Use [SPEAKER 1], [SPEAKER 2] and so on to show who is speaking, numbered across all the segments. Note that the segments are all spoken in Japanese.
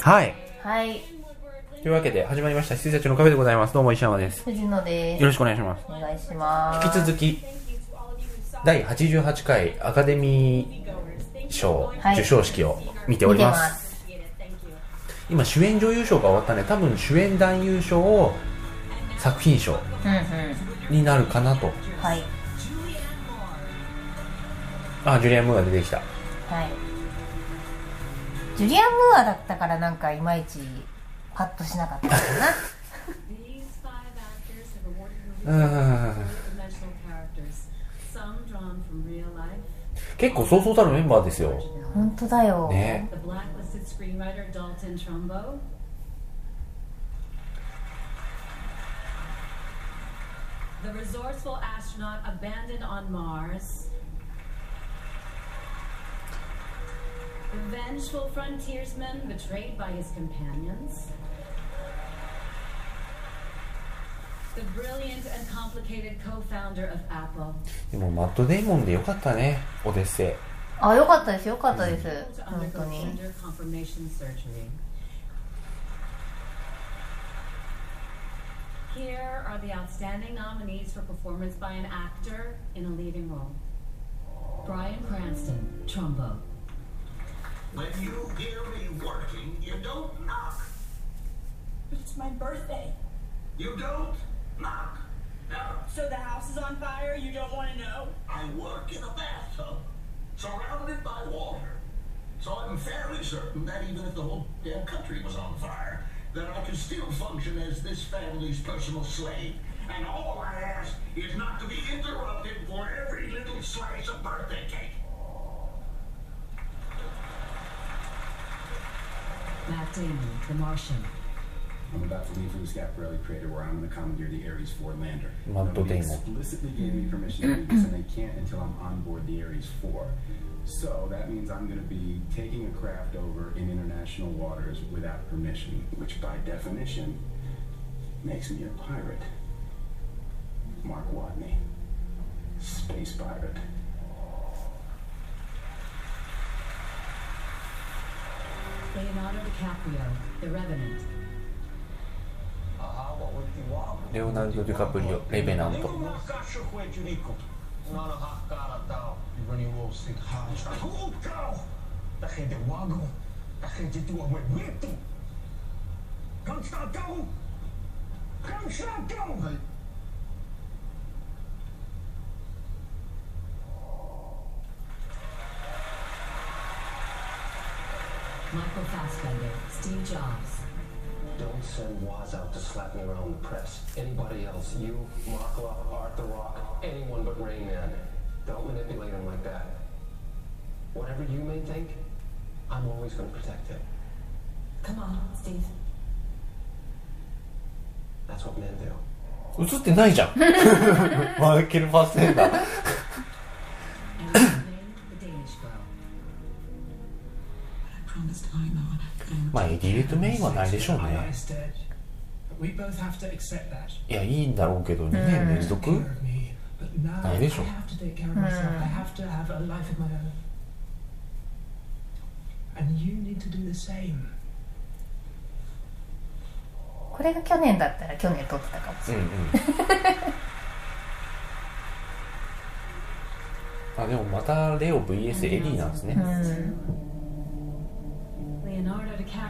[SPEAKER 1] はい。
[SPEAKER 2] はい
[SPEAKER 1] というわけで、始まりました、羊たちのカフェでございます。どうも、石山です。
[SPEAKER 2] 藤野です
[SPEAKER 1] よろしくお願いします。
[SPEAKER 2] お願いします
[SPEAKER 1] 引き続き、第88回アカデミー賞
[SPEAKER 2] はい
[SPEAKER 1] 授賞式を見てお
[SPEAKER 2] 見
[SPEAKER 1] り
[SPEAKER 2] て
[SPEAKER 1] ま。
[SPEAKER 2] ますす
[SPEAKER 1] 今、主演女優賞が終わったね。多分、主演男優賞を作品賞
[SPEAKER 2] うんうん
[SPEAKER 1] になるかなと。
[SPEAKER 2] はい
[SPEAKER 1] あ、ジュリアン・ムーア出てきた。
[SPEAKER 2] はいジュリアン・ムーアだったからなんかいまいちパッとしなかったかな
[SPEAKER 3] These five actors have awarded movies
[SPEAKER 1] うーん
[SPEAKER 3] to dimensional characters, some drawn from real life.
[SPEAKER 1] 結構そうそうたるメンバーですよ。
[SPEAKER 2] 本当だよ、
[SPEAKER 1] ね
[SPEAKER 3] The blacklisted screenwriter Dalton Trumbo, the resourceful astronaut abandoned on Mars, the vengeful frontiersman betrayed by his companions. The brilliant and complicated co-founder of Apple.
[SPEAKER 1] でも、マット・デイモンでよかったね。オデッセイ。
[SPEAKER 2] あよかったですよかったです、
[SPEAKER 3] to
[SPEAKER 2] 本当
[SPEAKER 3] undergo
[SPEAKER 2] に
[SPEAKER 3] gender confirmation surgery. Here are the outstanding nominees for performance by an actor in a leading role. Brian Cranston, Trumbo.
[SPEAKER 4] When you hear me working, you don't knock.
[SPEAKER 5] It's my birthday.
[SPEAKER 4] You don't knock. Now,
[SPEAKER 5] So the house is on fire, you don't want to know?
[SPEAKER 4] I work in a bathtub, surrounded by water. So I'm fairly certain that even if the whole damn country was on fire, that I could still function as this family's personal slave. And all I ask is not to be interrupted for every little slice of birthday cake.
[SPEAKER 3] Matt Damon, The Martian.
[SPEAKER 6] I'm about to leave from the Scaparelli crater where I'm going to commandeer the Ares 4 lander.
[SPEAKER 1] Not
[SPEAKER 6] Nobody
[SPEAKER 1] today, no.
[SPEAKER 6] explicitly gave me permission to do this, and I can't until I'm on board the Ares 4. So that means I'm going to be taking a craft over in international waters without permission, which by definition makes me a pirate. Mark Watney, space pirate.
[SPEAKER 3] Leonardo DiCaprio, The Revenant.
[SPEAKER 1] レオナルド・デュカプリオ、レベナント。
[SPEAKER 3] Michael Fassbender, Steve Jobs.
[SPEAKER 7] Don't send Waz out to slap me around the press. Anybody else, you, Makla, Arthur Rock, anyone but Rain Man. Don't manipulate him like that. Whatever you may think, I'm always going to protect him.
[SPEAKER 3] Come on, Steve.
[SPEAKER 7] That's what men do.
[SPEAKER 1] 映ってないじゃん マイケル・ファステンダー
[SPEAKER 3] And Lin, The Danish Girl.
[SPEAKER 1] まあエディレット・メインはないでしょうね
[SPEAKER 8] Is dead. We both have to accept that.
[SPEAKER 1] いやいいんだろうけど2年連続
[SPEAKER 8] Care of me. But now
[SPEAKER 1] Ah,
[SPEAKER 8] I
[SPEAKER 1] it is wrong.
[SPEAKER 8] have to take care of myself. I have to have a life of my own. And you need to do the same.
[SPEAKER 2] これが去年だったら去年撮ってたかもし
[SPEAKER 1] うん
[SPEAKER 2] れ
[SPEAKER 1] うん あでもまたレオ VS エリーなんですね、
[SPEAKER 2] ない、うん、
[SPEAKER 3] Leonardo DiCaprio.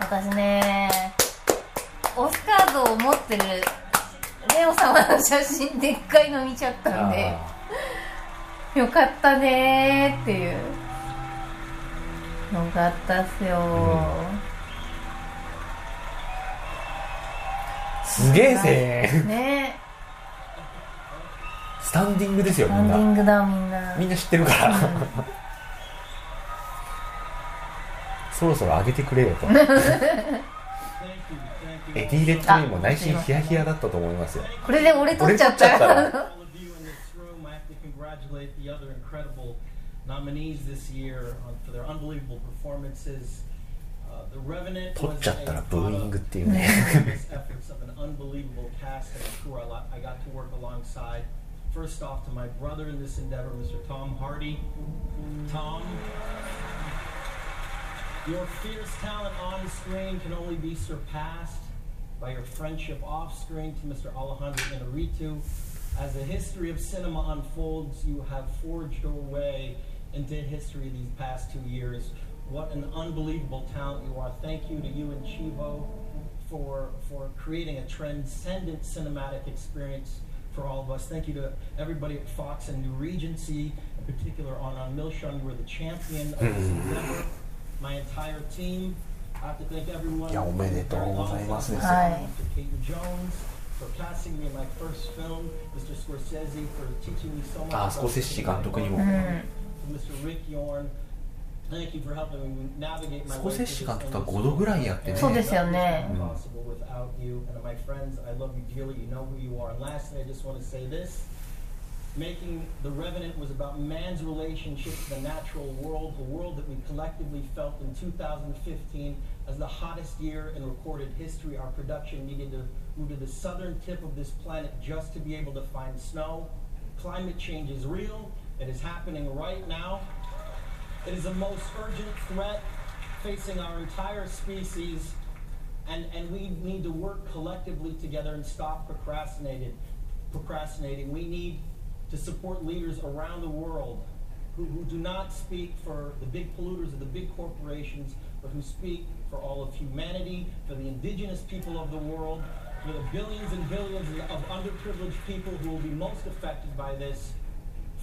[SPEAKER 2] 私ねオスカードを持ってるレオ様の写真でっかいの見ちゃったんで
[SPEAKER 1] あ
[SPEAKER 2] よかったねーっていうよかったっすよ
[SPEAKER 1] ーすげえぜ
[SPEAKER 2] ー、ね
[SPEAKER 1] スタンディングですよ
[SPEAKER 2] え
[SPEAKER 1] み
[SPEAKER 2] ラン
[SPEAKER 1] ん
[SPEAKER 2] ディ
[SPEAKER 1] な
[SPEAKER 2] ングだみんな
[SPEAKER 1] みんな知ってるから、 そろそろ上げてくれよとエディレット・メインも内心ヒヤヒヤだったと思いますよ
[SPEAKER 2] これで俺撮っちゃった
[SPEAKER 1] 俺撮っちゃったら
[SPEAKER 9] all of you in this room. I have to congratulate the other incredible nominees this year on, for their unbelievable performances. Uh, the Revenant
[SPEAKER 1] 取
[SPEAKER 9] was
[SPEAKER 1] っちゃったら
[SPEAKER 9] a
[SPEAKER 1] ブーイングっ
[SPEAKER 9] product
[SPEAKER 1] ていうね
[SPEAKER 9] tremendous efforts of an unbelievable cast and a crew I, lo- I got to work alongside. First off, to my brother in this endeavor, Mr. Tom Hardy. Tom, Your fierce talent on screen can only be surpassed by your friendship off screen to Mr. Alejandro Inarritu. As the history of cinema unfolds, you have forged your way into history these past two years. What an unbelievable talent you are. Thank you to you and Chivo for, for creating a transcendent cinematic experience for all of us. Thank you to everybody at Fox and New Regency, in particular on on Milshon. You were the champion of this endeavor. My entire team. I have to thank everyone.
[SPEAKER 1] いやおめでとうございますですよ
[SPEAKER 2] はい
[SPEAKER 9] Mr. Caton Jones for casting me in my first film. Mr. Scorsese for teaching me so much.
[SPEAKER 1] あ
[SPEAKER 9] about
[SPEAKER 1] スコセッシ
[SPEAKER 9] cinema.
[SPEAKER 1] Ah, 監督にも、
[SPEAKER 9] To Mr. Rick Yorn. Thank you for helping me navigate my
[SPEAKER 1] ス
[SPEAKER 9] way
[SPEAKER 1] コ
[SPEAKER 9] through
[SPEAKER 1] セッ
[SPEAKER 9] this
[SPEAKER 1] シ監督は
[SPEAKER 9] industry.
[SPEAKER 1] 5度ぐらいやってね
[SPEAKER 2] そうですよね
[SPEAKER 9] Impossible without you and my friends. I love you dearly. You know who you are. And lastly, I just want to say this. Making The Revenant was about man's relationship to the natural world, the world that we collectively felt in 2015 as the hottest year in recorded history. Our production needed to move to the southern tip of this planet just to be able to find snow. Climate change is real. It is happening right now. It is the most urgent threat facing our entire species, and, and we need to work collectively together and stop procrastinated, procrastinating. We need to support leaders around the world who, who do not speak for the big polluters of the big corporations, but who speak for all of humanity, for the indigenous people of the world, for the billions and billions of underprivileged people who will be most affected by this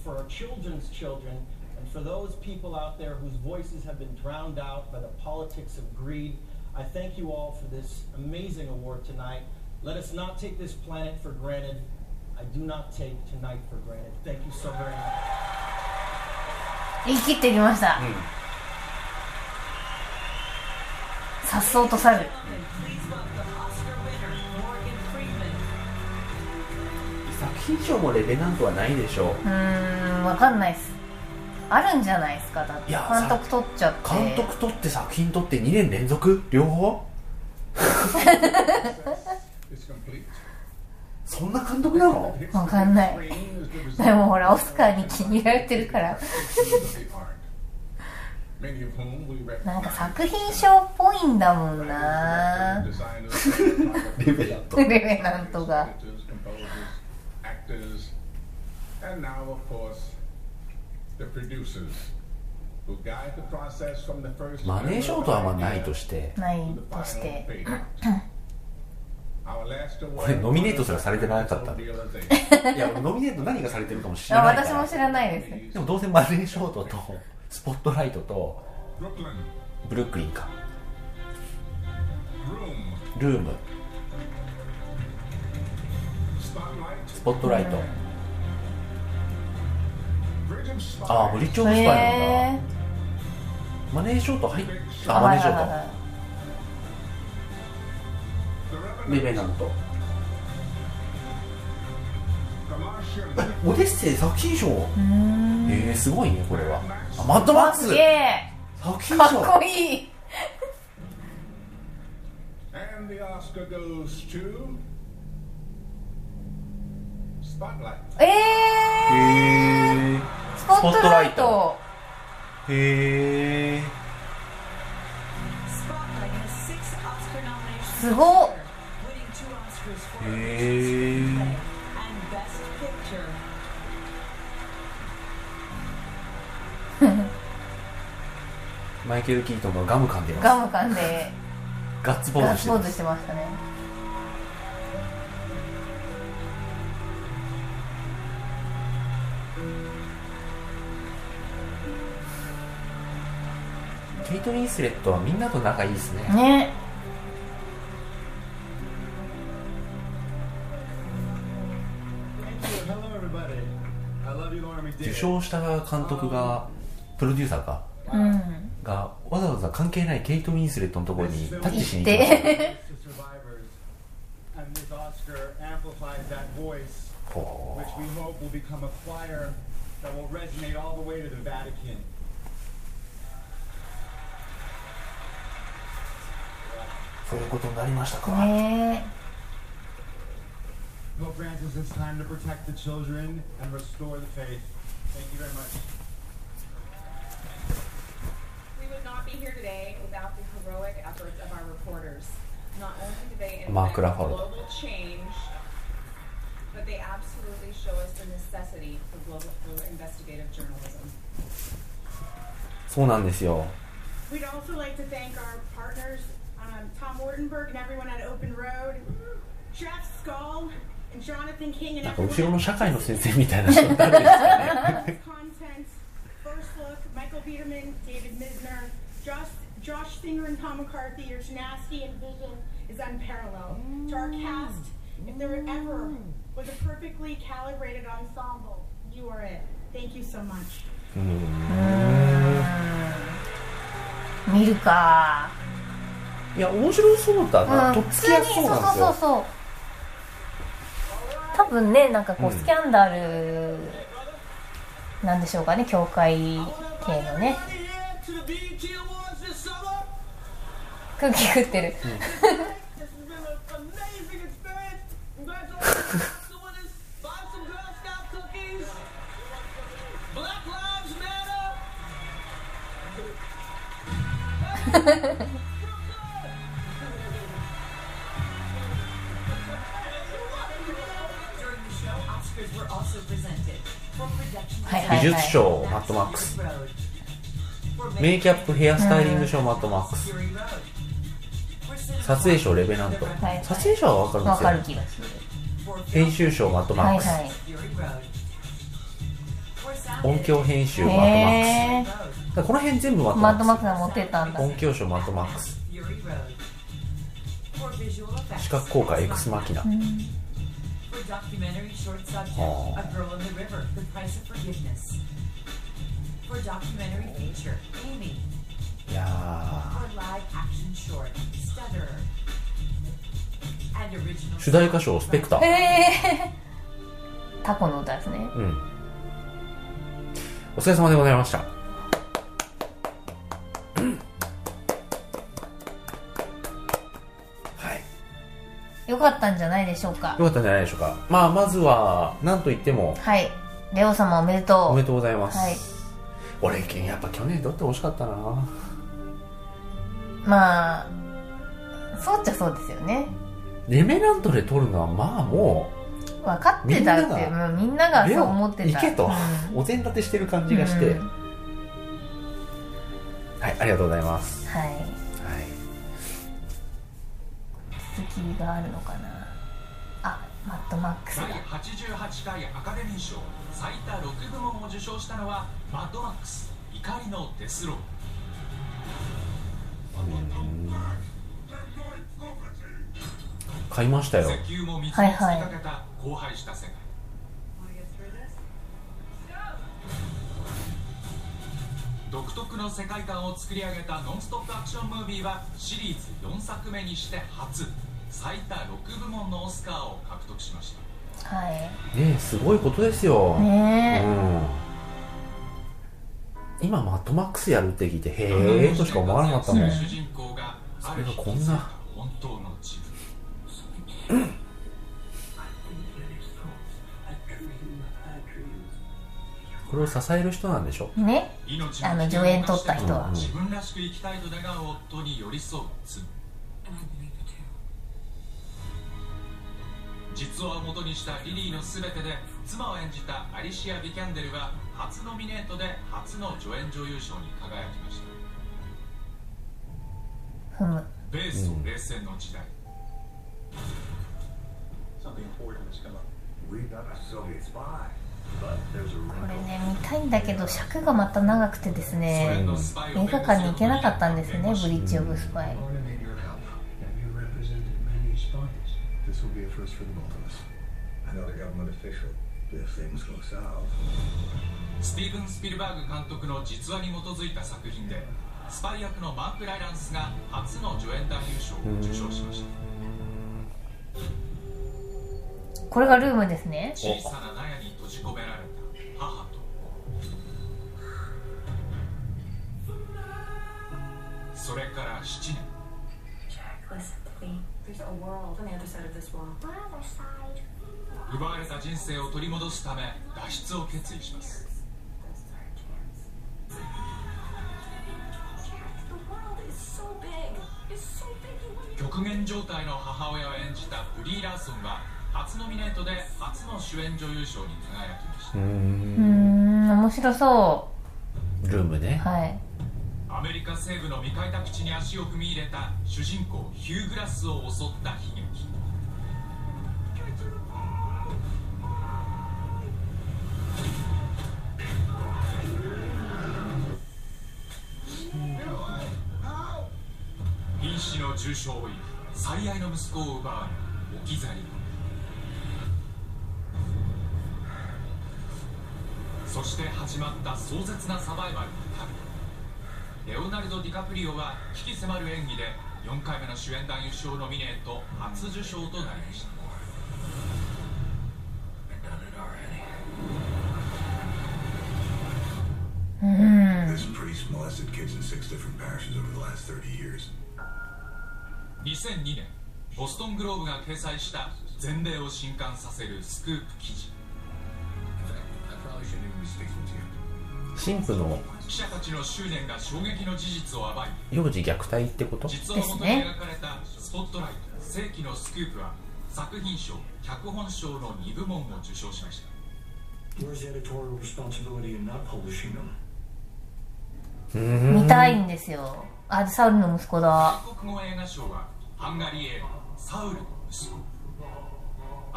[SPEAKER 9] for our children's children, and for those people out there whose voices have been drowned out by the politics of greed. I thank you all for this amazing award tonight. Let us not take this planet for granted. I do not take tonight for granted. Thank you so very much.
[SPEAKER 2] 言い切ってきました、さっそうと去る
[SPEAKER 1] 作品賞もレベナントはないでしょう
[SPEAKER 2] うーんわかんないっすあるんじゃないですかだって
[SPEAKER 1] い
[SPEAKER 2] 監
[SPEAKER 1] や
[SPEAKER 2] 督取っちゃって
[SPEAKER 1] 監督取って作品取って2年連続両方
[SPEAKER 6] It's complete.
[SPEAKER 1] そんな監督なの
[SPEAKER 2] わかんない
[SPEAKER 6] Rain is the
[SPEAKER 2] で
[SPEAKER 6] result
[SPEAKER 2] もほらオスカーに気に入られてるから
[SPEAKER 6] of the art, many of whom we
[SPEAKER 2] なん
[SPEAKER 6] recognize
[SPEAKER 2] か作品賞っぽいんだもんな
[SPEAKER 6] as directors, designers,
[SPEAKER 1] レベナント
[SPEAKER 2] レベナントが
[SPEAKER 6] composers, composers, actors, and now, of course, the producers who guide the process from the first
[SPEAKER 1] マネーショートはまあないとしてて
[SPEAKER 2] ないとして
[SPEAKER 1] これノミネートすらされてなかったいや俺ノミネート何がされてるかも知
[SPEAKER 2] あ
[SPEAKER 1] らないから
[SPEAKER 2] 私も知らないです
[SPEAKER 1] でもどうせマネーショートとスポットライトと
[SPEAKER 6] Brooklyn,
[SPEAKER 1] ブルックリンか
[SPEAKER 6] Room,
[SPEAKER 1] ルーム
[SPEAKER 6] Spotlight,
[SPEAKER 1] スポットライト
[SPEAKER 6] Bridge of
[SPEAKER 1] ああ
[SPEAKER 6] Spies,
[SPEAKER 1] ブリッジ・オブ・スパイ
[SPEAKER 2] へ
[SPEAKER 1] なんだ
[SPEAKER 2] え
[SPEAKER 1] マネーショート入っ
[SPEAKER 2] ー
[SPEAKER 1] あマネーショー
[SPEAKER 2] い
[SPEAKER 6] The
[SPEAKER 1] トレ
[SPEAKER 6] Revenant,
[SPEAKER 1] ベナント
[SPEAKER 6] The Martian,
[SPEAKER 1] オデッセイ作品賞えー、すごいねこれはあマッドマックス
[SPEAKER 2] すげえ
[SPEAKER 1] 作品
[SPEAKER 2] か
[SPEAKER 1] 賞
[SPEAKER 2] っこいい
[SPEAKER 6] and the Oscar goes to Spotlight.
[SPEAKER 2] え
[SPEAKER 1] へ
[SPEAKER 2] え
[SPEAKER 1] え
[SPEAKER 2] ー、スポットライト
[SPEAKER 1] へえ
[SPEAKER 2] すごっ
[SPEAKER 1] へえ マイケル・キートンがガム噛んでます
[SPEAKER 2] ガム噛んで
[SPEAKER 1] ガッツポー
[SPEAKER 2] ガッ
[SPEAKER 1] ズし
[SPEAKER 2] ツ
[SPEAKER 1] て
[SPEAKER 2] ポー
[SPEAKER 1] ま
[SPEAKER 2] ズし
[SPEAKER 1] す
[SPEAKER 2] てましたね
[SPEAKER 1] ケイト・ウィンスレットはみんなと仲いいですね
[SPEAKER 2] ね
[SPEAKER 9] Thank you. Hello, everybody. I love you, Laura McDade.
[SPEAKER 1] 受 賞した監督がプロデューサーか
[SPEAKER 2] うん
[SPEAKER 1] がわざわざ関係ないケイト・ウィンスレットのところにタッチし
[SPEAKER 2] 行っ
[SPEAKER 1] に行きました
[SPEAKER 2] て
[SPEAKER 9] to survivors. And this Oscar amplifies that voice,
[SPEAKER 1] ほ
[SPEAKER 9] which we hope will become a choir that will resonate all the way to the Vatican.
[SPEAKER 1] うそういうことになりましたか、
[SPEAKER 2] ね
[SPEAKER 9] Pope Francis, it's time to protect the children and restore the faith. Thank you very much.
[SPEAKER 5] We would not be
[SPEAKER 3] be here today without the heroic efforts of our reporters. Not only do they
[SPEAKER 1] Mark
[SPEAKER 3] impact
[SPEAKER 1] Ruffalo.
[SPEAKER 3] global change, but they absolutely show us the necessity for global for investigative journalism.
[SPEAKER 1] そうなんですよ。
[SPEAKER 10] We'd also like to thank our partners, um, Tom Wardenberg and everyone at Open Road, Jeff Skull and Jonathan King and
[SPEAKER 1] なんか後
[SPEAKER 10] everyone.
[SPEAKER 1] ろの社会の先生みたいな人誰ですかね
[SPEAKER 10] Content, First Look, Michael Biederman, David Misner, Josh, Josh Singer and Tom McCarthy. Your tenacity and vision is unparalleled. To our cast, if there ever was a perfectly calibrated ensemble, you are it. Thank you so much.
[SPEAKER 2] 見るか
[SPEAKER 1] いや、面白そうだな。
[SPEAKER 2] う
[SPEAKER 1] と
[SPEAKER 2] ん
[SPEAKER 1] っつきやすそうなんです
[SPEAKER 2] そうそう
[SPEAKER 1] よ。
[SPEAKER 2] そう多分ねなんかこう
[SPEAKER 1] うん
[SPEAKER 2] スキャンダルなんでしょうかね教会系のね空気食ってる
[SPEAKER 6] Black Lives Matter!
[SPEAKER 1] 美術賞、マットマックス。メイキャップ、ヘアスタイリング賞、マットマックス。撮影賞、レベナント。撮影賞はわかるん
[SPEAKER 2] わかる
[SPEAKER 1] です
[SPEAKER 2] 気
[SPEAKER 1] よ。
[SPEAKER 2] がする
[SPEAKER 1] 編集賞、マットマ
[SPEAKER 2] はい
[SPEAKER 1] ックス。
[SPEAKER 2] はい
[SPEAKER 1] 音響編集、マットマッ
[SPEAKER 2] へえ
[SPEAKER 1] クス。だからこの辺全部マットマ
[SPEAKER 2] マ
[SPEAKER 1] ッ
[SPEAKER 2] ッ
[SPEAKER 1] ク
[SPEAKER 2] ド
[SPEAKER 1] ス。
[SPEAKER 2] マックさん持ってたんだ
[SPEAKER 1] 音響賞マットマックス視覚効果エクスマキナ、
[SPEAKER 4] あー A Girl in the River, The Price of Forgiveness. For documentary feature, Amy.
[SPEAKER 1] いや
[SPEAKER 4] For live action short, Stutterer. And original
[SPEAKER 1] ー主題歌賞スペクター、
[SPEAKER 2] へえタコの歌ですね
[SPEAKER 1] うんお疲れ様でございました
[SPEAKER 2] よかったんじゃないでしょうか
[SPEAKER 1] よかったんじゃないでしょうかまあまずは何と言っても
[SPEAKER 2] はいレオ様おめでとう
[SPEAKER 1] おめでとうございます、
[SPEAKER 2] はい
[SPEAKER 1] 俺やっぱ去年取ってほしかったな
[SPEAKER 2] まあそうっちゃそうですよね
[SPEAKER 1] レメラントで取るのはまあも
[SPEAKER 2] 分かってたっていう
[SPEAKER 1] みんなが
[SPEAKER 2] うんみんなが
[SPEAKER 1] レ
[SPEAKER 2] そう
[SPEAKER 1] オ
[SPEAKER 2] 思って
[SPEAKER 1] うい
[SPEAKER 2] た
[SPEAKER 1] けと、
[SPEAKER 2] うん
[SPEAKER 1] お膳立てしてる感じがして、
[SPEAKER 2] うん
[SPEAKER 1] はいありがとうございます
[SPEAKER 2] はい
[SPEAKER 1] はい
[SPEAKER 2] 続きがあるのかなあマッドマックス
[SPEAKER 11] 第88回アカデミー賞最多6部門を受賞したのはマッドマックス怒りのデスロー
[SPEAKER 1] 買いましたよ
[SPEAKER 11] 石油も水
[SPEAKER 2] はい
[SPEAKER 11] に
[SPEAKER 2] はい
[SPEAKER 11] かけた荒廃した世界独特の世界観を作り上げたノンストップアクションムービーはシリーズ4作目にして初最多6部門のオスカーを獲得しました
[SPEAKER 2] はい
[SPEAKER 1] ねえすごいことですよ
[SPEAKER 2] ねえ
[SPEAKER 1] うん、今マットマックスやるって聞いてへえとしか思わなかったもん、
[SPEAKER 11] 主人公がある日
[SPEAKER 1] こんな
[SPEAKER 11] 本当の自分
[SPEAKER 1] これを支える人なんでしょ
[SPEAKER 2] ねあの助演取った人は、
[SPEAKER 11] 自分らしく生きたいと願う夫に寄り添う妻実話を元にしたリリーのすべてで妻を演じたアリシア・ビキャンデルは初ノミネートで初の助演女優賞に輝きまし
[SPEAKER 2] ふ
[SPEAKER 11] た
[SPEAKER 2] む
[SPEAKER 11] ベースと冷戦の時代
[SPEAKER 6] Something important has come up. We've got a Soviet spy, but there's a
[SPEAKER 2] これね見たいんだけど尺がまた長くてですね映画館に行けなかったんですねブリッジ・オブ・スパイ
[SPEAKER 6] Lorna need your help. Have you represented many spies? This will be a first for the both of us. I know the government official. If things go south.
[SPEAKER 11] スティーブン・スピルバーグ監督の実話に基づいた作品でスパイ役のマーク・ライランスが初の助演男優賞を受賞しました
[SPEAKER 2] これがルームですね
[SPEAKER 11] 小さな納屋に閉じ込められた母とそれから7年
[SPEAKER 12] Jack, listen to me. There's a world on the other side of this wall. On the other side.
[SPEAKER 11] 奪われた人生を取り戻すため脱出を決意します
[SPEAKER 12] Jack, the
[SPEAKER 11] 極限状態の母親を演じたブリー・ラーソンは初ノミネートで初の主演女優賞に輝きました
[SPEAKER 2] うん面白そ
[SPEAKER 1] ルーム
[SPEAKER 2] う
[SPEAKER 1] ね
[SPEAKER 2] はい
[SPEAKER 11] アメリカ西部の未開拓地に足を踏み入れた主人公ヒュー・グラスを襲った悲劇瀕死の重傷を負い最愛の息子を奪われ置き去りにそして始まった壮絶なサバイバルの旅レオナルド・ディカプリオは危機迫る演技で4回目の主演男優賞ノミネート初受賞となりました
[SPEAKER 2] うん
[SPEAKER 13] This priest molested kids in six different parishes over the last 30 years.
[SPEAKER 11] 2002年ボストン・グローブが掲載した全米を震撼させるスクープ記事
[SPEAKER 13] I probably shouldn't even be speaking to you.
[SPEAKER 1] 神父の
[SPEAKER 11] 記者たちの執念が衝撃の事実を暴い
[SPEAKER 1] 幼児虐待ってこと
[SPEAKER 11] 実話をもとに描かれた「スポットライト世紀のスクープ」は作品賞脚本賞の2部門を受賞しました
[SPEAKER 14] Where's the editorial responsibility in not publishing them?
[SPEAKER 2] 見たいんですよあサウルの息子だ
[SPEAKER 11] 国語映画賞はハンガリー映画「サウルの息子」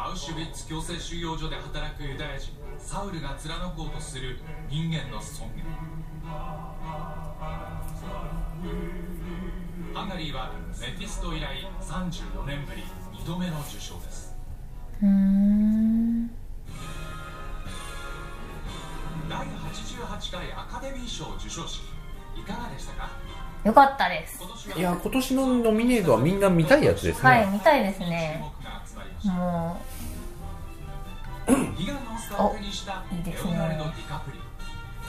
[SPEAKER 11] アウシュビッツ強制収容所で働くユダヤ人サウルが貫こうとする人間の尊厳ハンガリーはメフィスト以来34年ぶり2度目の受賞です
[SPEAKER 2] うーん
[SPEAKER 11] 第88回アカデミー賞受賞式いかがでしたか
[SPEAKER 2] よかったです
[SPEAKER 1] いや今年のノミネートはみんな見たいやつですね、
[SPEAKER 2] はい見たいですねも
[SPEAKER 11] 悲願のオスカーを手にした
[SPEAKER 2] ういいで
[SPEAKER 11] レ
[SPEAKER 2] す
[SPEAKER 11] オナルド・デ
[SPEAKER 2] ね
[SPEAKER 11] ィカプリオ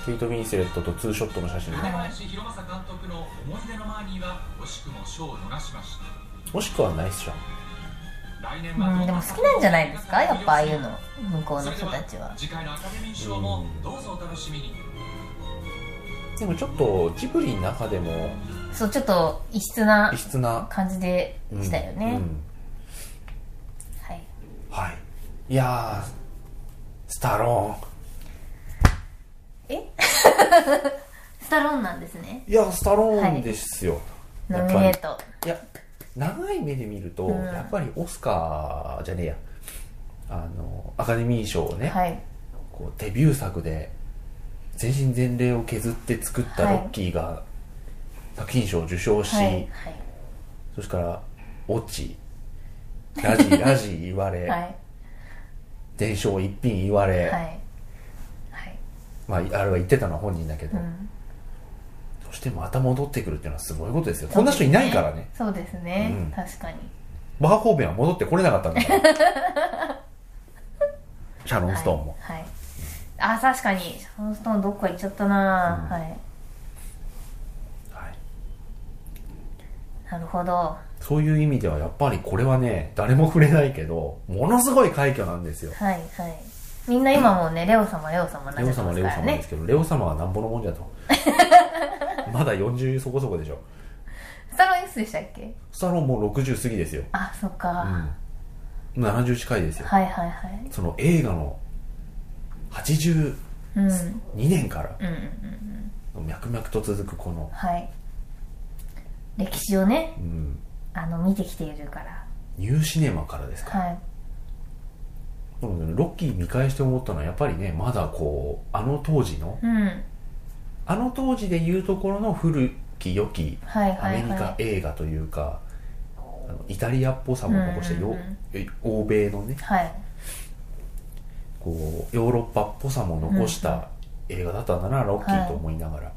[SPEAKER 1] ケイト・ウィンセレットとツーショットの写真
[SPEAKER 11] 米
[SPEAKER 1] ね
[SPEAKER 11] 林博正監督の「思い出のマーニー」は惜しくも賞を逃しました
[SPEAKER 1] もしくはナイスじゃん
[SPEAKER 11] 来年は
[SPEAKER 2] うんでも好きなんじゃないですかやっぱああいうの向こうの人たちは
[SPEAKER 11] 次回のアカデミー賞もどうぞお楽しみに
[SPEAKER 1] でもちょっとジブリの中でも
[SPEAKER 2] そうちょっと異質な
[SPEAKER 1] 異質な
[SPEAKER 2] 感じでしたよ
[SPEAKER 1] うんう
[SPEAKER 2] ね、
[SPEAKER 1] ん
[SPEAKER 2] はい
[SPEAKER 1] はいいやースタローン
[SPEAKER 2] スタローンなんですね
[SPEAKER 1] いやスタローンですよ、
[SPEAKER 2] ノ
[SPEAKER 1] やっ
[SPEAKER 2] ミ
[SPEAKER 1] ぱ
[SPEAKER 2] ネ
[SPEAKER 1] り
[SPEAKER 2] ート
[SPEAKER 1] いや長い目で見ると、
[SPEAKER 2] うん
[SPEAKER 1] やっぱりオスカーじゃねえやあのアカデミー賞をね、
[SPEAKER 2] はい
[SPEAKER 1] こうデビュー作で全身全霊を削って作ったロッキーが作品賞を受賞し、
[SPEAKER 2] はい
[SPEAKER 1] そしてからオチラジラジ言われ、
[SPEAKER 2] はい
[SPEAKER 1] 伝承一品言われ、
[SPEAKER 2] はい
[SPEAKER 1] まあ、あれは言ってたのは本人だけ
[SPEAKER 2] う
[SPEAKER 1] ど、
[SPEAKER 2] ん
[SPEAKER 1] そしてまた戻ってくるっていうのはすごいことですよこんな人いないからね
[SPEAKER 2] そうですね、
[SPEAKER 1] うん
[SPEAKER 2] 確かに
[SPEAKER 1] バーホーベンは戻ってこれなかったんだから シャロン・ストーンも、
[SPEAKER 2] はいあ確かにシャロンストーンどっか行っちゃったな、はい、なるほど
[SPEAKER 1] そういう意味ではやっぱりこれはね誰も触れないけどものすごい快挙なんですよ
[SPEAKER 2] はいはいみんな今も うね、レオ様レオ様にな
[SPEAKER 1] レ
[SPEAKER 2] っちゃ
[SPEAKER 1] オ
[SPEAKER 2] っ
[SPEAKER 1] 様
[SPEAKER 2] てます
[SPEAKER 1] レオ
[SPEAKER 2] から
[SPEAKER 1] 様で
[SPEAKER 2] ね
[SPEAKER 1] すけど、レオ様はなんぼのもんじゃ とまだ40そこそこでしょ
[SPEAKER 2] スタローンいくつでしたっけ
[SPEAKER 1] スタローンもう60過ぎですよ、
[SPEAKER 2] あそっ
[SPEAKER 1] う
[SPEAKER 2] か、
[SPEAKER 1] ん、70近いですよ、
[SPEAKER 2] はいはいはい
[SPEAKER 1] その映画の82
[SPEAKER 2] うんうん
[SPEAKER 1] 年から
[SPEAKER 2] うんうん
[SPEAKER 1] 脈々と続くこの、
[SPEAKER 2] はい歴史をね
[SPEAKER 1] うん、
[SPEAKER 2] あの見てきているから
[SPEAKER 1] ニューシネマからですか
[SPEAKER 2] はい
[SPEAKER 1] でもねロッキー見返して思ったのはやっぱりねまだこうあの当時の
[SPEAKER 2] うん
[SPEAKER 1] あの当時でいうところの古き良き
[SPEAKER 2] はい
[SPEAKER 1] ア
[SPEAKER 2] はいはい
[SPEAKER 1] メリカ映画というか、あのイタリアっぽさも残して、よ
[SPEAKER 2] うんうん
[SPEAKER 1] 欧米のね
[SPEAKER 2] はい
[SPEAKER 1] こうヨーロッパっぽさも残した映画だったんだな、ロッキーと思いながら、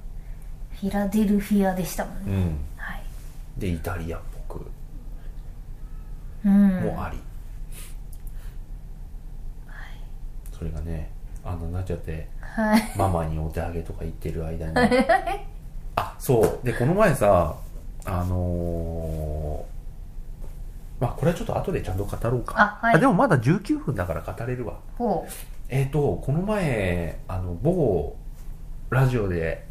[SPEAKER 2] フィラデルフィアでしたもん
[SPEAKER 1] う
[SPEAKER 2] ね、
[SPEAKER 1] ん
[SPEAKER 2] はい
[SPEAKER 1] でイタリアっぽく
[SPEAKER 2] うん
[SPEAKER 1] もあり、それがねあのなっちゃって
[SPEAKER 2] はい
[SPEAKER 1] ママにお手上げとか言ってる間 に
[SPEAKER 2] はい
[SPEAKER 1] あそうでこの前さあのーまあこれはちょっと後でちゃんと語ろうか
[SPEAKER 2] あはい
[SPEAKER 1] でもまだ19分だから語れるわ
[SPEAKER 2] ほ
[SPEAKER 1] えっ、とこの前あの某ラジオで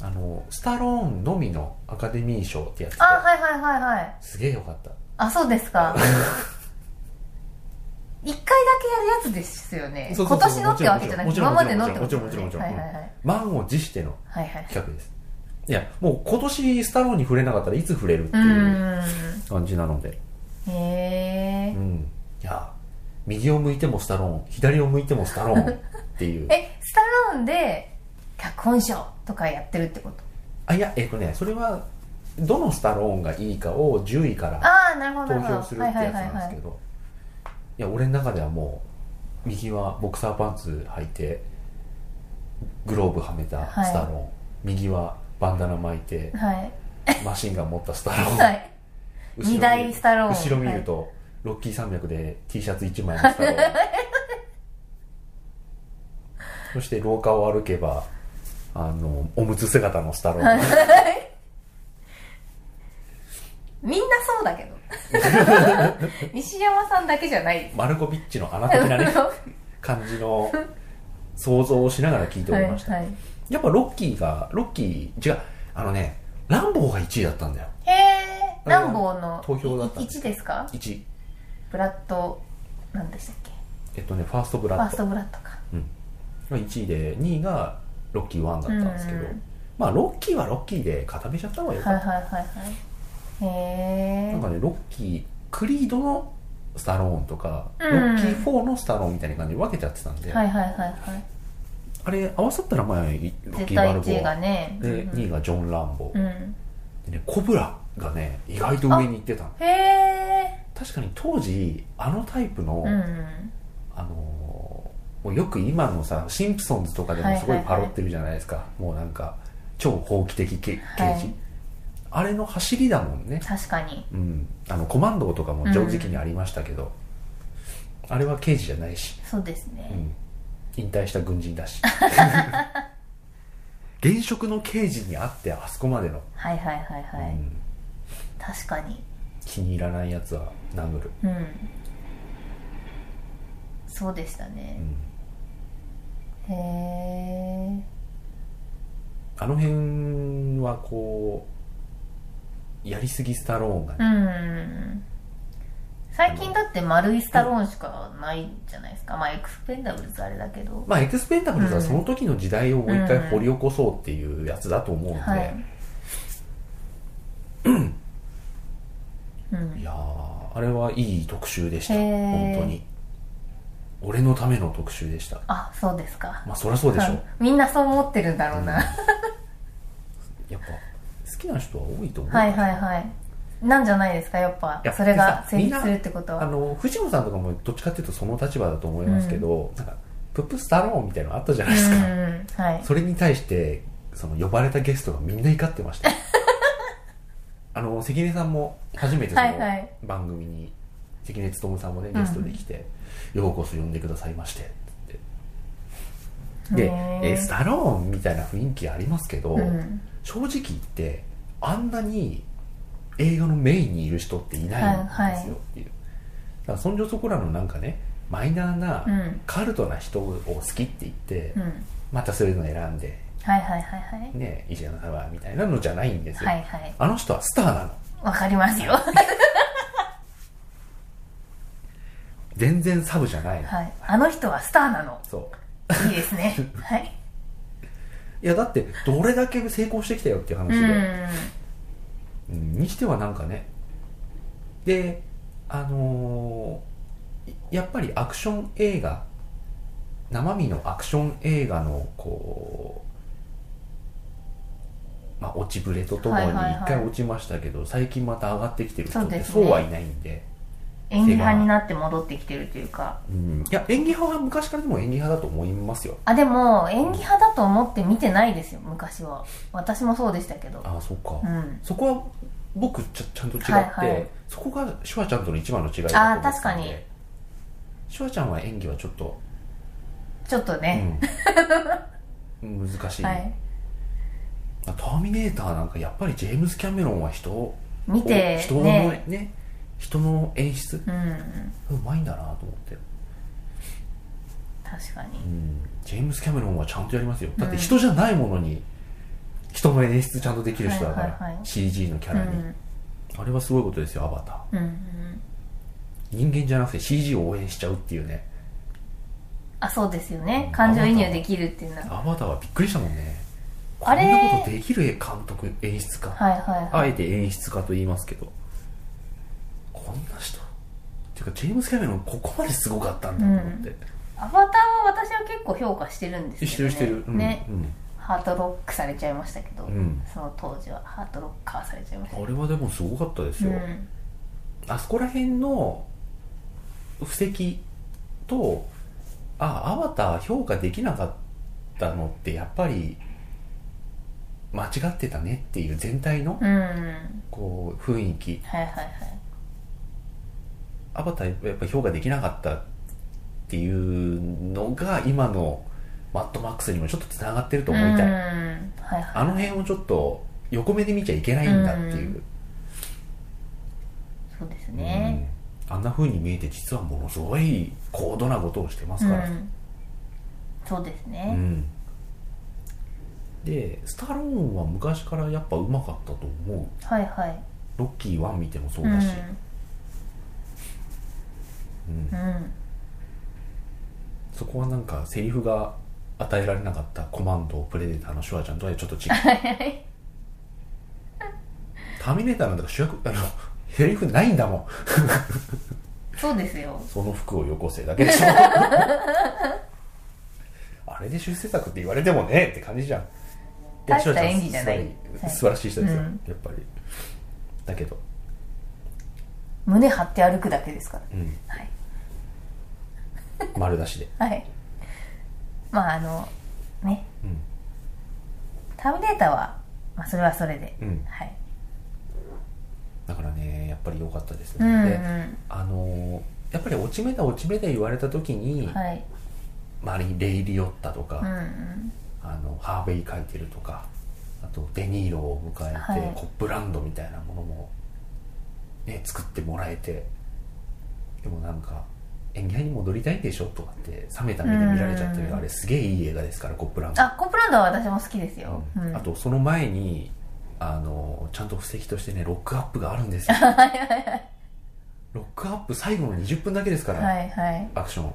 [SPEAKER 1] あのスタローンのみのアカデミー賞ってやつです
[SPEAKER 2] はいはいはいはい
[SPEAKER 1] すげえよかった
[SPEAKER 2] あそうですか 一回だけやるやつですよね
[SPEAKER 1] そうそうそう
[SPEAKER 2] 今年のってわけじゃなくて今
[SPEAKER 1] もち
[SPEAKER 2] ま
[SPEAKER 1] ろ
[SPEAKER 2] で
[SPEAKER 1] ん
[SPEAKER 2] のってこと
[SPEAKER 1] も
[SPEAKER 2] で
[SPEAKER 1] ち
[SPEAKER 2] す
[SPEAKER 1] ろん
[SPEAKER 2] ね
[SPEAKER 1] もちろんもちろんもちろん
[SPEAKER 2] はいはいはい
[SPEAKER 1] うん満を持しての
[SPEAKER 2] はいはい
[SPEAKER 1] 企画ですいやもう今年スタローンに触れなかったらいつ触れるって
[SPEAKER 2] う
[SPEAKER 1] いう
[SPEAKER 2] ー
[SPEAKER 1] 感じなので
[SPEAKER 2] んへ
[SPEAKER 1] う
[SPEAKER 2] ー
[SPEAKER 1] んいや右を向いてもスタローン左を向いてもスタローンっていう
[SPEAKER 2] えスタローンで脚本賞とかやってるってこと
[SPEAKER 1] あいやえっとねそれはどのスタローンがいいかを10位から
[SPEAKER 2] ああなるほど
[SPEAKER 1] 投
[SPEAKER 2] なるほど
[SPEAKER 1] 票するってやつなんですけどいや俺の中ではもう右はボクサーパンツ履いてグローブはめたスタローン、右はバンダナ巻いて、
[SPEAKER 2] はい
[SPEAKER 1] マシンガン持ったスタロー ン、
[SPEAKER 2] はい
[SPEAKER 1] 後ろ見
[SPEAKER 2] 二大スタローン
[SPEAKER 1] 後ろ見ると、ロッキー山脈で T シャツ1枚のスタロー ンそして廊下を歩けばあのおむつ姿のスタローン
[SPEAKER 2] みんなそうだ けど西山さんだけじゃない
[SPEAKER 1] マルコビッチのあな的 なね感じの想像をしながら聞いておりました、
[SPEAKER 2] はいはい
[SPEAKER 1] やっぱロッキーがロッキー違うあのねランボーが1位だったんだよ
[SPEAKER 2] へえ
[SPEAKER 1] あの
[SPEAKER 2] ランボーの
[SPEAKER 1] 投票だった
[SPEAKER 2] 1ですか
[SPEAKER 1] 1
[SPEAKER 2] ブラッドなんでしたっけ
[SPEAKER 1] えっとねファーストブ
[SPEAKER 2] フ
[SPEAKER 1] ラ
[SPEAKER 2] ァー
[SPEAKER 1] ッ
[SPEAKER 2] ス
[SPEAKER 1] ド
[SPEAKER 2] トブラッドか
[SPEAKER 1] が1位で2位がロッキー1だったんですけど
[SPEAKER 2] うん
[SPEAKER 1] まあロッキーはロッキーで固めちゃった方がよか
[SPEAKER 2] は
[SPEAKER 1] っ
[SPEAKER 2] いはいはいはいへえ
[SPEAKER 1] なんかねロッキークリードのスタローンとか、
[SPEAKER 2] うん
[SPEAKER 1] ロッキー4のスタローンみたいな感じで分けちゃってたんで、
[SPEAKER 2] はいはいはいはい
[SPEAKER 1] あれ合わさったら前にロッキ
[SPEAKER 2] 絶
[SPEAKER 1] ー・バ
[SPEAKER 2] 対
[SPEAKER 1] ルボ
[SPEAKER 2] 1位が
[SPEAKER 1] ア、
[SPEAKER 2] ね
[SPEAKER 1] で
[SPEAKER 2] うん
[SPEAKER 1] 2位がジョン・ランボー、
[SPEAKER 2] うん
[SPEAKER 1] でねコブラがね意外と上に行ってたの
[SPEAKER 2] へえ
[SPEAKER 1] 確かに当時あのタイプの、
[SPEAKER 2] うん
[SPEAKER 1] あのーもうよく今のさシンプソンズとかでもすごい
[SPEAKER 2] はいはい
[SPEAKER 1] パ
[SPEAKER 2] はい
[SPEAKER 1] ロってるじゃないですか、もうなんか超法規的け刑事、
[SPEAKER 2] はい
[SPEAKER 1] あれの走りだもんね
[SPEAKER 2] 確かに
[SPEAKER 1] うん、あのコマンドとかも定石にありましたけど、あれは刑事じゃないし、
[SPEAKER 2] そうですね
[SPEAKER 1] うん、引退した軍人だ し現職の刑事にあってあそこまでの
[SPEAKER 2] はいはいはいはい、確かに
[SPEAKER 1] 気に入らないやつは殴る
[SPEAKER 2] うんそうでしたね、へ
[SPEAKER 1] あの辺はこうやりすぎスタローンが
[SPEAKER 2] えう
[SPEAKER 1] ね、
[SPEAKER 2] ん最近だって丸いスタローンしかないんじゃないですか、まあエクスペンダブルズあれだけど
[SPEAKER 1] まあエクスペンダブルズは
[SPEAKER 2] うん
[SPEAKER 1] その時の時代をもう一回掘り起こそうっていうやつだと思うんで、
[SPEAKER 2] はい、うん
[SPEAKER 1] いやーあれはいい特集でした
[SPEAKER 2] へー
[SPEAKER 1] 本当に俺のための特集でした
[SPEAKER 2] あそうですか
[SPEAKER 1] まあそりゃそうでしょう
[SPEAKER 2] はいみんなそう思ってるんだろうな、
[SPEAKER 1] やっぱ好きな人は多いと思う、
[SPEAKER 2] はいはいはいなんじゃないですかやっぱ
[SPEAKER 1] いや
[SPEAKER 2] それが成
[SPEAKER 1] で
[SPEAKER 2] 立
[SPEAKER 1] さ
[SPEAKER 2] するってこと
[SPEAKER 1] あ
[SPEAKER 2] は
[SPEAKER 1] の藤野さんとかもどっちかっていうとその立場だと思いますけど、なんかプップスタローンみたいなのあったじゃないですか、
[SPEAKER 2] うんうんはい
[SPEAKER 1] それに対してその呼ばれたゲストがみんな怒ってま したあの関根さんも初めてそ
[SPEAKER 2] はいは
[SPEAKER 1] の
[SPEAKER 2] い
[SPEAKER 1] 番組に関根勤さんもねゲストで来て「ようこそ呼んでくださいまして」って
[SPEAKER 2] へ
[SPEAKER 1] で
[SPEAKER 2] ー
[SPEAKER 1] 「えスタローン」みたいな雰囲気ありますけど、
[SPEAKER 2] うん
[SPEAKER 1] 正直言ってあんなに映画のメインにいる人っていないんですよ、
[SPEAKER 2] はいはい
[SPEAKER 1] っていうだからそんじょそこらのなんかねマイナーな
[SPEAKER 2] うん
[SPEAKER 1] カルトな人を好きって言って、
[SPEAKER 2] うん
[SPEAKER 1] またそういうの選んで
[SPEAKER 2] はいはいはいはい
[SPEAKER 1] ね石山さんはみたいなのじゃないんですよ、
[SPEAKER 2] はいはい
[SPEAKER 1] あの人はスターなの
[SPEAKER 2] わかりますよ
[SPEAKER 1] 全然サブじゃないの、
[SPEAKER 2] はいあの人はスターなの
[SPEAKER 1] そ
[SPEAKER 2] いいですね はい、
[SPEAKER 1] ういやだってどれだけ成功してきたよっていう話
[SPEAKER 2] う
[SPEAKER 1] で、
[SPEAKER 2] ん
[SPEAKER 1] うんにしてはなんかねであのーやっぱりアクション映画生身のアクション映画のこうまあ落ちぶれとともに
[SPEAKER 2] はいはいはい
[SPEAKER 1] 一回落ちましたけど、最近また上がってきてる人っ
[SPEAKER 2] そう
[SPEAKER 1] て
[SPEAKER 2] ですね
[SPEAKER 1] そうはいないんで
[SPEAKER 2] 演技派になって戻ってきてるというか
[SPEAKER 1] うん、いや演技派は昔からでも演技派だと思いますよ
[SPEAKER 2] あでも演技派だと思って見てないですよ昔は私もそうでしたけど
[SPEAKER 1] ああそっか、
[SPEAKER 2] うん
[SPEAKER 1] そこは僕ちゃちゃんと違って、
[SPEAKER 2] はいはい
[SPEAKER 1] そこがシュワちゃんとの一番の違いだと思
[SPEAKER 2] あ
[SPEAKER 1] っ
[SPEAKER 2] あ
[SPEAKER 1] てたんで
[SPEAKER 2] 確かに
[SPEAKER 1] シュワちゃんは演技はちょっと
[SPEAKER 2] ちょっとね、
[SPEAKER 1] 難しい、
[SPEAKER 2] はい
[SPEAKER 1] ターミネーターなんかやっぱりジェームス・キャメロンは人を
[SPEAKER 2] 見て
[SPEAKER 1] 人のね
[SPEAKER 2] ね
[SPEAKER 1] 人の演出、
[SPEAKER 2] う
[SPEAKER 1] うんまいんだなと思って、
[SPEAKER 2] 確かに
[SPEAKER 1] うんジェームス・キャメロンはちゃんとやりますよだって人じゃないものに人の演出ちゃんとできる人だから、
[SPEAKER 2] はいはいはい
[SPEAKER 1] CG のキャラに、あれはすごいことですよアバター
[SPEAKER 2] うんうん
[SPEAKER 1] 人間じゃなくて CG を応援しちゃうっていうね
[SPEAKER 2] あそうですよね感情移入できるっていうのは
[SPEAKER 1] アバターはびっくりしたもんねこ
[SPEAKER 2] あ
[SPEAKER 1] ん
[SPEAKER 2] れ
[SPEAKER 1] なことできる監督演出家、
[SPEAKER 2] はいはい
[SPEAKER 1] あえて演出家と言いますけどこんな人っていうかジェームス・キャメロンここまですごかったんだと思って、
[SPEAKER 2] アバターは私は結構評価してるんです
[SPEAKER 1] して
[SPEAKER 2] けど、
[SPEAKER 1] る
[SPEAKER 2] ね、
[SPEAKER 1] してる、うん
[SPEAKER 2] ね
[SPEAKER 1] うん
[SPEAKER 2] ハートロックされちゃいましたけど、
[SPEAKER 1] うん
[SPEAKER 2] その当時はハートロッカーされちゃいました
[SPEAKER 1] あれはでもすごかったです
[SPEAKER 2] う
[SPEAKER 1] よ、
[SPEAKER 2] ん
[SPEAKER 1] あそこら辺の布石とあアバター評価できなかったのってやっぱり間違ってたねっていう全体の
[SPEAKER 2] うん
[SPEAKER 1] こう雰囲気
[SPEAKER 2] はいはいはい
[SPEAKER 1] アバターやっぱ評価できなかったっていうのが今のマッドマックスにもちょっとつながってると思いた
[SPEAKER 2] う
[SPEAKER 1] い
[SPEAKER 2] んはいはい
[SPEAKER 1] あの辺をちょっと横目で見ちゃいけないんだっていう
[SPEAKER 2] そうですね、
[SPEAKER 1] あんな風に見えて実はものすごい高度なことをしてま
[SPEAKER 2] う
[SPEAKER 1] す
[SPEAKER 2] ん
[SPEAKER 1] から
[SPEAKER 2] そうです
[SPEAKER 1] う
[SPEAKER 2] ね、
[SPEAKER 1] んでスタローンは昔からやっぱうまかったと思う
[SPEAKER 2] はいはい
[SPEAKER 1] ロッキー1見てもそうだしうん
[SPEAKER 2] うん、うん
[SPEAKER 1] そこはなんかセリフが与えられなかったコマンドプレデターのシュワちゃんとはちょっと違う ターミネーターなんだから主役あのセリフないんだもん
[SPEAKER 2] そうですよ
[SPEAKER 1] その服をよこせだけ でしょあれで出世作って言われてもねって感じじゃんいや
[SPEAKER 2] 大した
[SPEAKER 1] シュワち
[SPEAKER 2] 演技じゃない
[SPEAKER 1] す
[SPEAKER 2] はい
[SPEAKER 1] 素晴らしい人ですよ、
[SPEAKER 2] うん
[SPEAKER 1] やっぱりだけど
[SPEAKER 2] 胸張って歩くだけですから
[SPEAKER 1] うん
[SPEAKER 2] はい
[SPEAKER 1] 丸出しで
[SPEAKER 2] はいまああのね、
[SPEAKER 1] うん
[SPEAKER 2] ターミネーターは、まあ、それはそれで、
[SPEAKER 1] うん
[SPEAKER 2] はい
[SPEAKER 1] だからねやっぱり良かったです
[SPEAKER 2] う
[SPEAKER 1] ね、
[SPEAKER 2] ん
[SPEAKER 1] であのーやっぱり落ち目だ落ち目だ言われた時
[SPEAKER 2] う
[SPEAKER 1] に、
[SPEAKER 2] んはい
[SPEAKER 1] 周りにレイ・リオッタとか、
[SPEAKER 2] うんうん
[SPEAKER 1] あのハーベイ・カイテルとかあとデ・ニーロを迎えて、
[SPEAKER 2] はい
[SPEAKER 1] コップランドみたいなものも、ね、作ってもらえてでもなんか演技派に戻りたいんでしょとかって冷めた目で見られちゃったけ
[SPEAKER 2] うん
[SPEAKER 1] どあれすげえいい映画ですからコップランド
[SPEAKER 2] あコップランドは私も好きですよ、うん
[SPEAKER 1] あとその前にあのちゃんと布石としてねロックアップがあるんです よロックアップ最後の20分だけですから、
[SPEAKER 2] はいはい
[SPEAKER 1] アクション、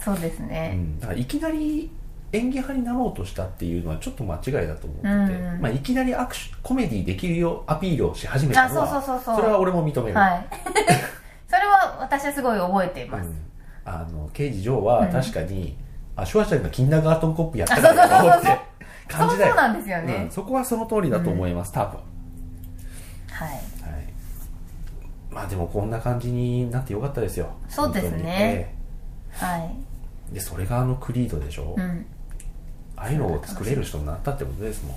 [SPEAKER 2] そうですね、
[SPEAKER 1] うんだからいきなり演技派になろうとしたっていうのはちょっと間違いだと思ってて、
[SPEAKER 2] うんうん
[SPEAKER 1] まあ、いきなりアクションコメディできるよアピールをし始めたのは
[SPEAKER 2] あそうそうそうそう
[SPEAKER 1] れは俺も認める、
[SPEAKER 2] はい それは私はすごい覚えています、
[SPEAKER 1] あの刑事ジョーは確かに、あシュワちゃんがキンダーガートンコップやってたん
[SPEAKER 2] あ
[SPEAKER 1] だ
[SPEAKER 2] そうそう
[SPEAKER 1] な
[SPEAKER 2] そう
[SPEAKER 1] っ
[SPEAKER 2] そう
[SPEAKER 1] て感じだよ
[SPEAKER 2] そうそうなんですよね
[SPEAKER 1] うんそこはその通りだと思います、多分
[SPEAKER 2] はい
[SPEAKER 1] はい、まあでもこんな感じになってよかったですよ
[SPEAKER 2] そうですね
[SPEAKER 1] 本当にえ
[SPEAKER 2] はい
[SPEAKER 1] えでそれがあのクリードでしょ、
[SPEAKER 2] う
[SPEAKER 1] あ
[SPEAKER 2] ん
[SPEAKER 1] あいうのを作れる人になったってことですもん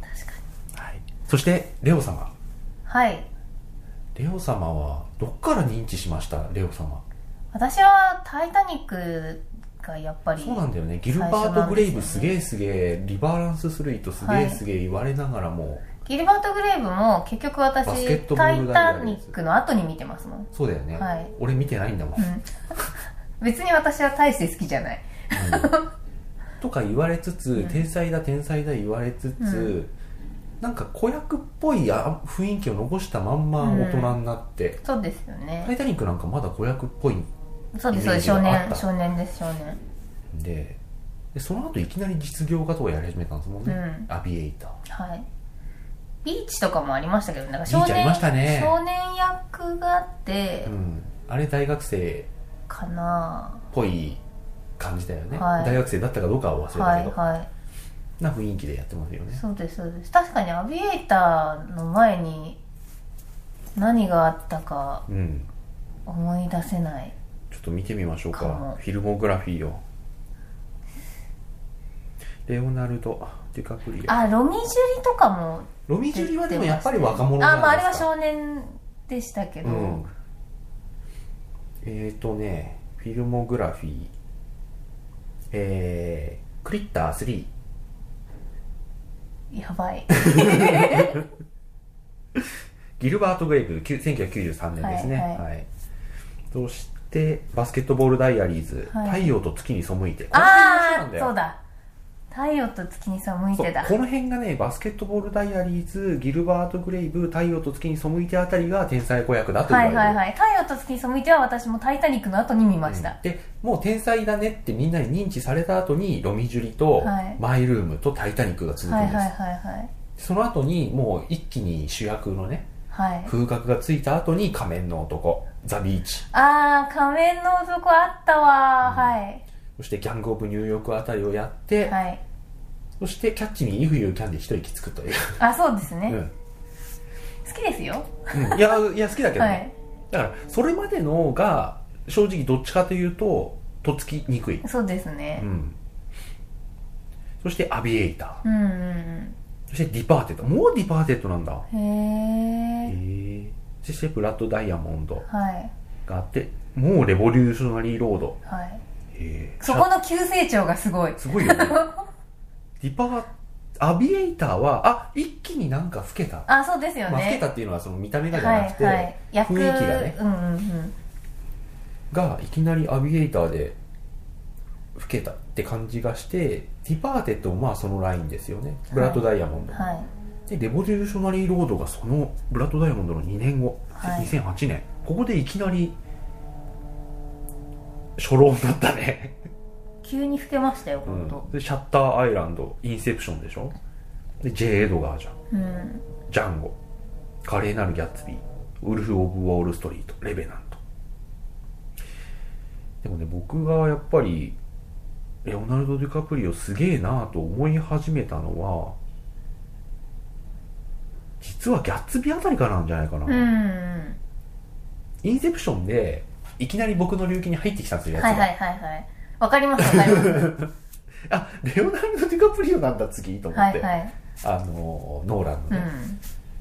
[SPEAKER 2] 確かに
[SPEAKER 1] はいそしてレオ様
[SPEAKER 2] はい
[SPEAKER 1] レオ様はどっから認知しましたレオ様
[SPEAKER 2] 私は「タイタニック」がやっぱり
[SPEAKER 1] そうなんだよねギル
[SPEAKER 2] 最
[SPEAKER 1] バ
[SPEAKER 2] 初な
[SPEAKER 1] ート・
[SPEAKER 2] んですよね
[SPEAKER 1] グレイブすげえすげえリバランススルイとすげ
[SPEAKER 2] は
[SPEAKER 1] え
[SPEAKER 2] い
[SPEAKER 1] すげえ言われながらも、
[SPEAKER 2] ギルバート・グレイブも結局私
[SPEAKER 1] バスケッ
[SPEAKER 2] 「
[SPEAKER 1] トボ
[SPEAKER 2] タ
[SPEAKER 1] ー
[SPEAKER 2] イ
[SPEAKER 1] ルダイ
[SPEAKER 2] タ
[SPEAKER 1] アリー
[SPEAKER 2] ニ
[SPEAKER 1] ズ
[SPEAKER 2] ック」の後に見てますもん、
[SPEAKER 1] そうだよね、
[SPEAKER 2] はい
[SPEAKER 1] 俺見てないんだもん、
[SPEAKER 2] うん、別に私は大して好きじゃない
[SPEAKER 1] とか言われつつ、
[SPEAKER 2] ん
[SPEAKER 1] 天才だ天才だ言われつつ、
[SPEAKER 2] うん
[SPEAKER 1] なんか子役っぽいあ雰囲気を残したまんま
[SPEAKER 2] うん
[SPEAKER 1] 大人になって、
[SPEAKER 2] そうですよ
[SPEAKER 1] タイ
[SPEAKER 2] ね
[SPEAKER 1] タニックなんかまだ子役っぽいん
[SPEAKER 2] そうです
[SPEAKER 1] イ
[SPEAKER 2] そう
[SPEAKER 1] メー
[SPEAKER 2] です
[SPEAKER 1] ジがあった
[SPEAKER 2] 少年少年です少年
[SPEAKER 1] ででその後いきなり実業家とかやり始めたんですもんね、
[SPEAKER 2] う
[SPEAKER 1] アビエイター
[SPEAKER 2] はいビーチとかもありましたけどなんか
[SPEAKER 1] ビ
[SPEAKER 2] 少
[SPEAKER 1] ーチあり
[SPEAKER 2] 年
[SPEAKER 1] ましたね
[SPEAKER 2] 少年役があって
[SPEAKER 1] うん、あれ大学生
[SPEAKER 2] かな
[SPEAKER 1] っぽい感じだよね、
[SPEAKER 2] はい
[SPEAKER 1] 大学生だったかどうかは忘れた
[SPEAKER 2] は
[SPEAKER 1] け
[SPEAKER 2] い
[SPEAKER 1] ど、
[SPEAKER 2] はい
[SPEAKER 1] な雰囲気でやってますよね
[SPEAKER 2] そうですそうです確かにアビエーターの前に何があったか
[SPEAKER 1] うん
[SPEAKER 2] 思い出せない
[SPEAKER 1] ちょっと見てみましょうか
[SPEAKER 2] かも
[SPEAKER 1] フィルモグラフィーをレオナルド・ディカプリオ
[SPEAKER 2] あロミジュリとかも
[SPEAKER 1] ロミジュリはでもやっぱり若者じゃ
[SPEAKER 2] あまあ
[SPEAKER 1] な
[SPEAKER 2] あ
[SPEAKER 1] い
[SPEAKER 2] れ
[SPEAKER 1] で
[SPEAKER 2] は
[SPEAKER 1] すか
[SPEAKER 2] 少年でしたけど、
[SPEAKER 1] うんえっ、ー、とねフィルモグラフィーえー、クリッター3
[SPEAKER 2] やば い
[SPEAKER 1] ギルバート・グレイブ9 1993年ですね、
[SPEAKER 2] は
[SPEAKER 1] はいい
[SPEAKER 2] はい
[SPEAKER 1] そしてバスケットボール・ダイアリーズ「
[SPEAKER 2] はい
[SPEAKER 1] 太陽と月に背いて」これも一緒
[SPEAKER 2] あ
[SPEAKER 1] なんだ
[SPEAKER 2] あ
[SPEAKER 1] よ
[SPEAKER 2] そうだ「太太陽と月に背い
[SPEAKER 1] そう
[SPEAKER 2] てだ
[SPEAKER 1] この辺がね、バスケットボールダイアリーズ、ギルバート・グレイブ、太陽と月に背いてあたりが天才子役だと言わ
[SPEAKER 2] は
[SPEAKER 1] れ
[SPEAKER 2] い
[SPEAKER 1] る。
[SPEAKER 2] はいはい太陽と月に背いては私も「タイタニック」の後に見ました、
[SPEAKER 1] で、もう天才だねってみんなに認知された後に、ロミジュリと
[SPEAKER 2] はい、
[SPEAKER 1] マイルームとタイタニックが続くん
[SPEAKER 2] はい
[SPEAKER 1] です。
[SPEAKER 2] はいはいはい
[SPEAKER 1] その後に、もう一気に主役のね、
[SPEAKER 2] はい
[SPEAKER 1] 風格がついた後に仮面の男、ザ・ビーチ、
[SPEAKER 2] あー仮面の男あったわー、
[SPEAKER 1] そしてギャング・オブ・ニューヨークあたりをやって、
[SPEAKER 2] はいはい
[SPEAKER 1] そしてキャッチにイフユーキャンで一息つくという。
[SPEAKER 2] あそうですね、
[SPEAKER 1] うん
[SPEAKER 2] 好きですよ
[SPEAKER 1] うんいや、いや好きだけどね。
[SPEAKER 2] はい
[SPEAKER 1] だから、それまでのが、正直どっちかというと、とっつきにくい。
[SPEAKER 2] そうですね
[SPEAKER 1] うん。そして、アビエイター。
[SPEAKER 2] うんうん
[SPEAKER 1] そして、ディパーテッド。もうディパーテッドなんだ。
[SPEAKER 2] うんへえ
[SPEAKER 1] へえ。そして、ブラッドダイヤモンド
[SPEAKER 2] はい
[SPEAKER 1] があって、もうレボリューショナリーロード。
[SPEAKER 2] はい
[SPEAKER 1] へえ。
[SPEAKER 2] そこの急成長がすごい
[SPEAKER 1] すごいよね。 ディパー、アビエイターは、あ、一気になんか老けた。
[SPEAKER 2] あそうですよね、
[SPEAKER 1] まあ、老けたっていうのはその見た目がじゃ
[SPEAKER 2] は
[SPEAKER 1] なくて、
[SPEAKER 2] いはい役
[SPEAKER 1] 雰囲気がね
[SPEAKER 2] うんうんうん
[SPEAKER 1] がいきなりアビエイターで老けたって感じがしてディパーテッドもまあそのラインですよねブラッドダイヤモンド、
[SPEAKER 2] はい
[SPEAKER 1] でレボリューショナリーロードがそのブラッドダイヤモンドの2年後、
[SPEAKER 2] はい
[SPEAKER 1] 2008年ここでいきなり初老になったね、
[SPEAKER 2] 急に老けましたよ
[SPEAKER 1] う
[SPEAKER 2] ほん
[SPEAKER 1] ん
[SPEAKER 2] と、
[SPEAKER 1] でシャッターアイランドインセプションでしょで J ・エドガーじゃん
[SPEAKER 2] うん
[SPEAKER 1] ジャンゴ華麗なるギャッツビーウルフ・オブ・ウォール・ストリートレベナントでもね僕がやっぱりレオナルド・ディカプリオすげえなぁと思い始めたのは実はギャッツビーあたりからなんじゃないかな、
[SPEAKER 2] うんうん
[SPEAKER 1] インセプションでいきなり僕の領域に入ってきたんですよやつが、
[SPEAKER 2] はいはいはいはいわかりますわかり ます
[SPEAKER 1] あレオナルド・ディカプリオなんだ次と思
[SPEAKER 2] は
[SPEAKER 1] って、
[SPEAKER 2] いはい
[SPEAKER 1] あのノーランの
[SPEAKER 2] う
[SPEAKER 1] ね、
[SPEAKER 2] ん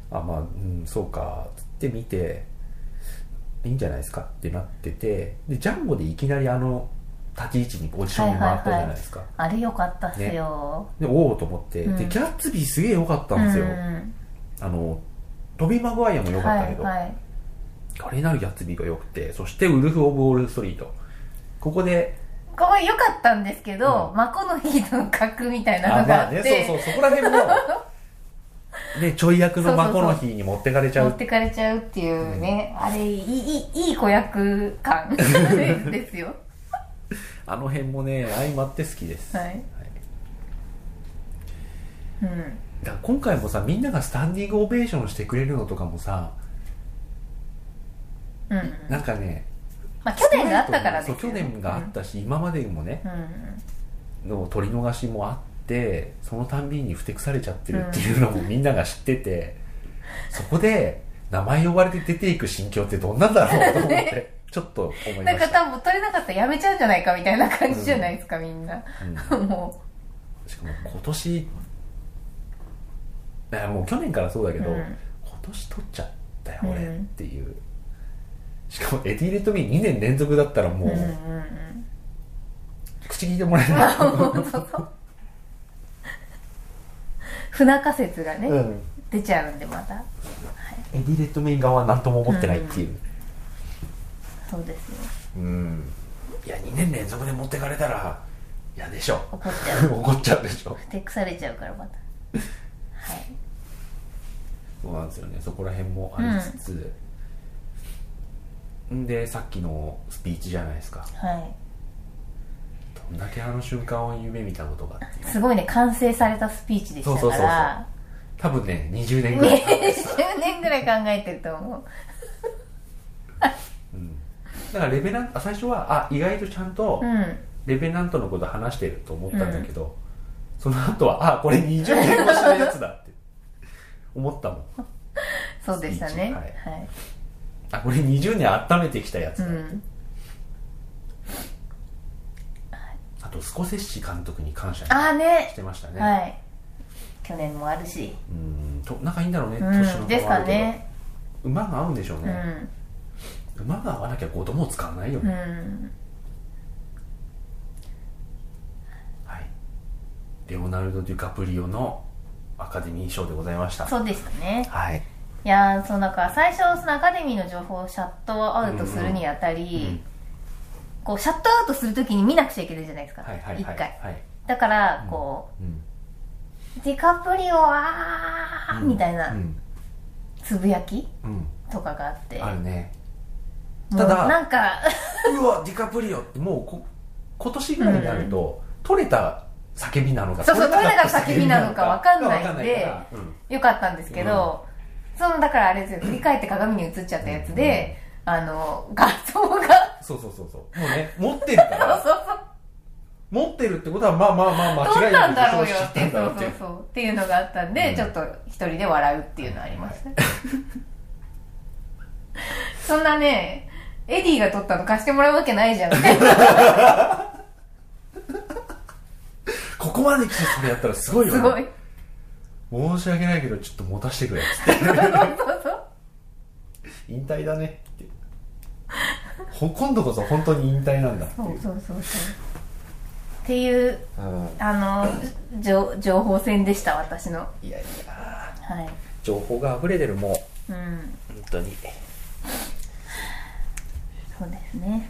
[SPEAKER 1] あまあ、うん、そうかつって見ていいんじゃないですかってなっててでジャンゴでいきなりあの立ち位置にポジションに回ったじゃないですか、
[SPEAKER 2] あれよかったっすよ、
[SPEAKER 1] でおおと思って、
[SPEAKER 2] うん
[SPEAKER 1] でギャッツビーすげえ良かった
[SPEAKER 2] うんん
[SPEAKER 1] ですよ、あのトビー・マグワイアも良かったけど、
[SPEAKER 2] はいはい
[SPEAKER 1] 華麗なるギャッツビーが良くてそしてウルフ・オブ・ウォール・ストリートここで
[SPEAKER 2] ここ良かったんですけど、マコノヒーとの格みたいな
[SPEAKER 1] あ
[SPEAKER 2] のが
[SPEAKER 1] まあ
[SPEAKER 2] あって、
[SPEAKER 1] ねそうそうそこら辺もねちょい役のマコノヒーに持ってかれちゃ
[SPEAKER 2] 持
[SPEAKER 1] う
[SPEAKER 2] ってかれちゃうっていうね、あれいいいいいい子役感 ですよ
[SPEAKER 1] あの辺もね相まって好きです
[SPEAKER 2] はい、うん
[SPEAKER 1] だから今回もさみんながスタンディングオベーションしてくれるのとかもさ
[SPEAKER 2] うん
[SPEAKER 1] なんかね
[SPEAKER 2] まあ去年があったからです
[SPEAKER 1] そう
[SPEAKER 2] よ
[SPEAKER 1] 去年があったし、今までもね
[SPEAKER 2] うん
[SPEAKER 1] の取り逃しもあってそのたんびにふてくされちゃってるっていうのもみんなが知ってて、そこで名前呼ばれて出ていく心境ってどんなんだろうと思 ってちょっと思いま
[SPEAKER 2] なんか
[SPEAKER 1] した、
[SPEAKER 2] 多分取れなかったらやめちゃうんじゃないかみたいな感じじゃないですか、みんな、 も
[SPEAKER 1] うんしかも今年いやもう去年からそうだけど、
[SPEAKER 2] うん
[SPEAKER 1] 今年取っちゃったよ
[SPEAKER 2] う、
[SPEAKER 1] 俺、
[SPEAKER 2] うん
[SPEAKER 1] っていうしかもエディ・レッドミー2年連続だったらもう、
[SPEAKER 2] うんうんうん
[SPEAKER 1] 口聞いてもらえ
[SPEAKER 2] まあ
[SPEAKER 1] ない
[SPEAKER 2] 本当そう不仲説がね、
[SPEAKER 1] うん
[SPEAKER 2] 出ちゃうんでまた
[SPEAKER 1] エディ・レッドメイン側は何とも思ってないっていう
[SPEAKER 2] そうですよ
[SPEAKER 1] うん、いや2年連続で持ってかれたら嫌でしょ
[SPEAKER 2] 怒っちゃう
[SPEAKER 1] 怒っちゃうでしょ
[SPEAKER 2] ふてくされちゃうからまた
[SPEAKER 1] そうなんですよねそこら辺もありつつ、ん、でさっきのスピーチじゃないですか
[SPEAKER 2] はい
[SPEAKER 1] どんだけあの瞬間を夢見たことかっていう
[SPEAKER 2] すごいね完成されたスピーチでしたから
[SPEAKER 1] そうそうそうそう多分ね20年ぐらい
[SPEAKER 2] 20年ぐらい考えてると思う
[SPEAKER 1] だからレベナントあ最初はあ意外とちゃんと
[SPEAKER 2] うん
[SPEAKER 1] レベナントのこと話してると思ったんだけど、その後はあこれ20年越しのやつだって思ったもん
[SPEAKER 2] そうでした
[SPEAKER 1] スピー
[SPEAKER 2] ね
[SPEAKER 1] チ
[SPEAKER 2] は
[SPEAKER 1] はいい、あこれ20年温めてきたやつ
[SPEAKER 2] う
[SPEAKER 1] だ、
[SPEAKER 2] ん
[SPEAKER 1] あとスコセッシ監督に感謝
[SPEAKER 2] ああね
[SPEAKER 1] してましたね、
[SPEAKER 2] はい去年もあるし
[SPEAKER 1] うんと仲いいんだろうね、
[SPEAKER 2] うん
[SPEAKER 1] 年の
[SPEAKER 2] です
[SPEAKER 1] 差はある
[SPEAKER 2] か
[SPEAKER 1] けど
[SPEAKER 2] ね
[SPEAKER 1] 馬が合うんでしょう
[SPEAKER 2] う
[SPEAKER 1] ね、
[SPEAKER 2] ん
[SPEAKER 1] 馬が合わなきゃ子供を使わないよ
[SPEAKER 2] う
[SPEAKER 1] ね、
[SPEAKER 2] ん
[SPEAKER 1] はいレオナルド・デュカプリオのアカデミー賞でございました
[SPEAKER 2] そうでしたね
[SPEAKER 1] はい
[SPEAKER 2] いやーそうなんか最初そのアカデミーの情報をシャットアウトするにあたり、こうシャットアウトするときに見なくちゃいけないじゃないですか、
[SPEAKER 1] はいはいはい
[SPEAKER 2] 一回
[SPEAKER 1] はい
[SPEAKER 2] だからこう、ディカプリオあーみたいなつぶやき
[SPEAKER 1] うん
[SPEAKER 2] とかがあって、
[SPEAKER 1] あるね
[SPEAKER 2] も
[SPEAKER 1] た
[SPEAKER 2] う
[SPEAKER 1] だ
[SPEAKER 2] なんか
[SPEAKER 1] うわディカプリオってもうこ今年ぐらいになると、取れた叫びなのか
[SPEAKER 2] そうそう
[SPEAKER 1] 取れなかった
[SPEAKER 2] 取れなかった叫びなのかわかんないんで
[SPEAKER 1] わからうん
[SPEAKER 2] よかったんですけど、そのだからあれですよ振り返って鏡に映っちゃったやつで、あの画像が
[SPEAKER 1] そうそうそうそうもうね持ってるから持ってるってことはまあまあまあ
[SPEAKER 2] ど
[SPEAKER 1] 間違
[SPEAKER 2] う
[SPEAKER 1] いな
[SPEAKER 2] ないんだろう
[SPEAKER 1] 知
[SPEAKER 2] よっ
[SPEAKER 1] ってたんだろ
[SPEAKER 2] そ
[SPEAKER 1] う
[SPEAKER 2] う
[SPEAKER 1] って
[SPEAKER 2] そうそうっていうのがあったんで、ちょっと一人で笑うっていうのはあり ましたねそんなねエディが撮ったの貸してもらうわけないじゃん
[SPEAKER 1] ここまで来てそれやったらすごいよ、ね、
[SPEAKER 2] すごい
[SPEAKER 1] 申し訳ないけどちょっと持たしてくれっつって引退だねってほ今度こそ本当に引退なんだって
[SPEAKER 2] そ
[SPEAKER 1] いうう
[SPEAKER 2] そうそうそうっていう
[SPEAKER 1] うん
[SPEAKER 2] あの情情報戦でした私の
[SPEAKER 1] いやいや
[SPEAKER 2] はい
[SPEAKER 1] 情報が溢れてるもう
[SPEAKER 2] うん
[SPEAKER 1] 本当に
[SPEAKER 2] そうですね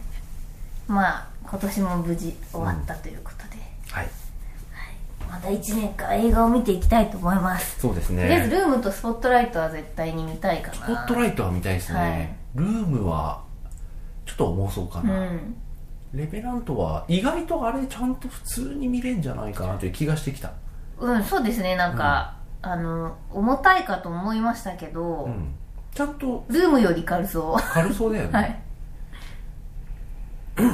[SPEAKER 2] まあ今年も無事終わったということで、
[SPEAKER 1] はい
[SPEAKER 2] また1年間映画を見ていきたいと思います
[SPEAKER 1] そうです
[SPEAKER 2] とりあえずルームとスポットライトは絶対に見たいかな
[SPEAKER 1] スポットライトは見たいですね、
[SPEAKER 2] はい
[SPEAKER 1] ルームはちょっと重そうか
[SPEAKER 2] う
[SPEAKER 1] な、
[SPEAKER 2] ん
[SPEAKER 1] レベラントは意外とあれちゃんと普通に見れんじゃないかなという気がしてきた
[SPEAKER 2] うんそうですねなんか、あの重たいかと思いましたけど、
[SPEAKER 1] んちゃんと
[SPEAKER 2] ルームより軽そう
[SPEAKER 1] 軽そうだよね、
[SPEAKER 2] はい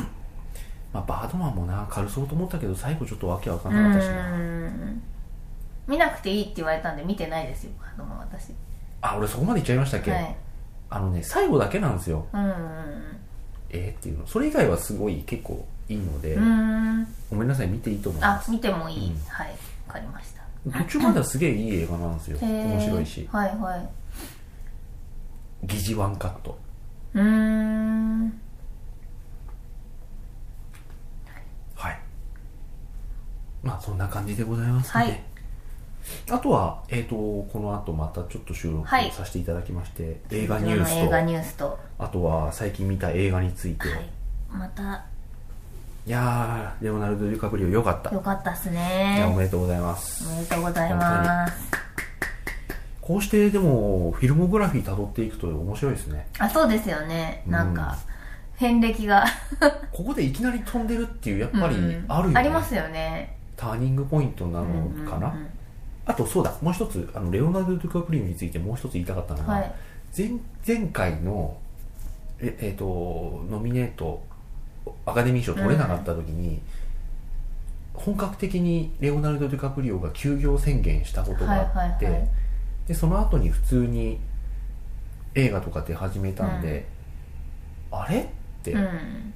[SPEAKER 1] まあ、バードマンもな軽そうと思ったけど最後ちょっとわけわか
[SPEAKER 2] うん
[SPEAKER 1] なかったしな
[SPEAKER 2] ーん見なくていいって言われたんで見てないですよあの私
[SPEAKER 1] あ俺そこまで言っちゃいましたっけ、
[SPEAKER 2] はい
[SPEAKER 1] あのね最後だけなんですよ
[SPEAKER 2] うんうん
[SPEAKER 1] えー、っていうのそれ以外はすごい結構いいので、
[SPEAKER 2] うんうーん
[SPEAKER 1] ごめんなさい見ていいと思いま
[SPEAKER 2] あ
[SPEAKER 1] す
[SPEAKER 2] 見てもいい、
[SPEAKER 1] うん
[SPEAKER 2] はいわかりました
[SPEAKER 1] 途中まではすげえいい映画なんですよ
[SPEAKER 2] へー
[SPEAKER 1] 面白いし
[SPEAKER 2] はいはい
[SPEAKER 1] 疑似ワンカット
[SPEAKER 2] うーん
[SPEAKER 1] はいまあそんな感じでございますね、
[SPEAKER 2] はい
[SPEAKER 1] あとは、えー、とこの後またちょっと収録を
[SPEAKER 2] はい
[SPEAKER 1] させていただきまして、映画ニュー
[SPEAKER 2] 映
[SPEAKER 1] ス
[SPEAKER 2] 画ニュースと
[SPEAKER 1] とあとは最近見た映画について、い、
[SPEAKER 2] また
[SPEAKER 1] やーレオナルド・デュカプリオよかった
[SPEAKER 2] よかったっす
[SPEAKER 1] いやお
[SPEAKER 2] ね
[SPEAKER 1] めでとうございます
[SPEAKER 2] おめでとうございます
[SPEAKER 1] こうしてでもフィルモグラフィー辿っていくと面白いですね
[SPEAKER 2] あそうですよね
[SPEAKER 1] うん
[SPEAKER 2] なんか遍歴が
[SPEAKER 1] ここでいきなり飛んでるっていうやっぱり
[SPEAKER 2] うん
[SPEAKER 1] あるよね、
[SPEAKER 2] ありますよね
[SPEAKER 1] ターニングポイントなのかな、
[SPEAKER 2] うんうんうん
[SPEAKER 1] あとそうだもう一つあのレオナルド・デュカプリオについてもう一つ言いたかったのが、
[SPEAKER 2] はい
[SPEAKER 1] 前前回のえ、えー、とノミネートアカデミー賞取れなかった時に、本格的にレオナルド・デュカプリオが休業宣言したことがあって、
[SPEAKER 2] はいはいはい
[SPEAKER 1] でその後に普通に映画とか出始めたんで、あれって、
[SPEAKER 2] うん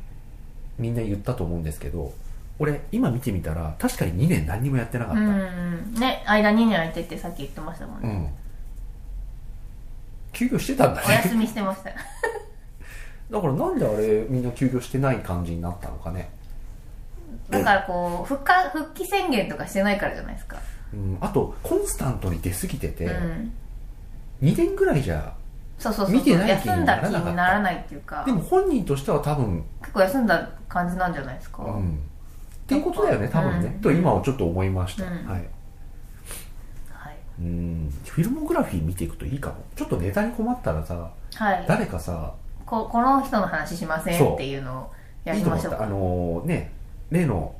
[SPEAKER 1] みんな言ったと思うんですけど俺今見てみたら確かに2年何にもやってなかっ
[SPEAKER 2] う
[SPEAKER 1] た、
[SPEAKER 2] んね間2年空いてってさっき言ってましたもん
[SPEAKER 1] う
[SPEAKER 2] ね
[SPEAKER 1] ん休業してたんだ
[SPEAKER 2] お
[SPEAKER 1] ね
[SPEAKER 2] 休みして ました
[SPEAKER 1] だからなんであれみんな休業してない感じになったのかね、
[SPEAKER 2] だからこう復活復帰宣言とかしてないからじゃないですか
[SPEAKER 1] うん、あとコンスタントに出過ぎてて、
[SPEAKER 2] うん
[SPEAKER 1] 2年ぐらいじゃ
[SPEAKER 2] そうそうそう
[SPEAKER 1] 見てない気
[SPEAKER 2] 休
[SPEAKER 1] に
[SPEAKER 2] ん
[SPEAKER 1] な
[SPEAKER 2] だ
[SPEAKER 1] らな
[SPEAKER 2] 気
[SPEAKER 1] かった
[SPEAKER 2] にならないっていうか
[SPEAKER 1] でも本人としては多分
[SPEAKER 2] 結構休んだ感じなんじゃないですか、
[SPEAKER 1] うんっていうことだよね多分ね、
[SPEAKER 2] うん
[SPEAKER 1] と今をちょっと思いました、
[SPEAKER 2] うん
[SPEAKER 1] はい
[SPEAKER 2] はい
[SPEAKER 1] うんフィルモグラフィー見ていくといいかもちょっとネタに困ったらさ
[SPEAKER 2] はい
[SPEAKER 1] 誰かさ
[SPEAKER 2] ここの人の話しませ
[SPEAKER 1] そうん
[SPEAKER 2] っていうのをや
[SPEAKER 1] い
[SPEAKER 2] り
[SPEAKER 1] いと
[SPEAKER 2] ま
[SPEAKER 1] 思っ
[SPEAKER 2] しょう
[SPEAKER 1] たあ
[SPEAKER 2] か
[SPEAKER 1] のね例の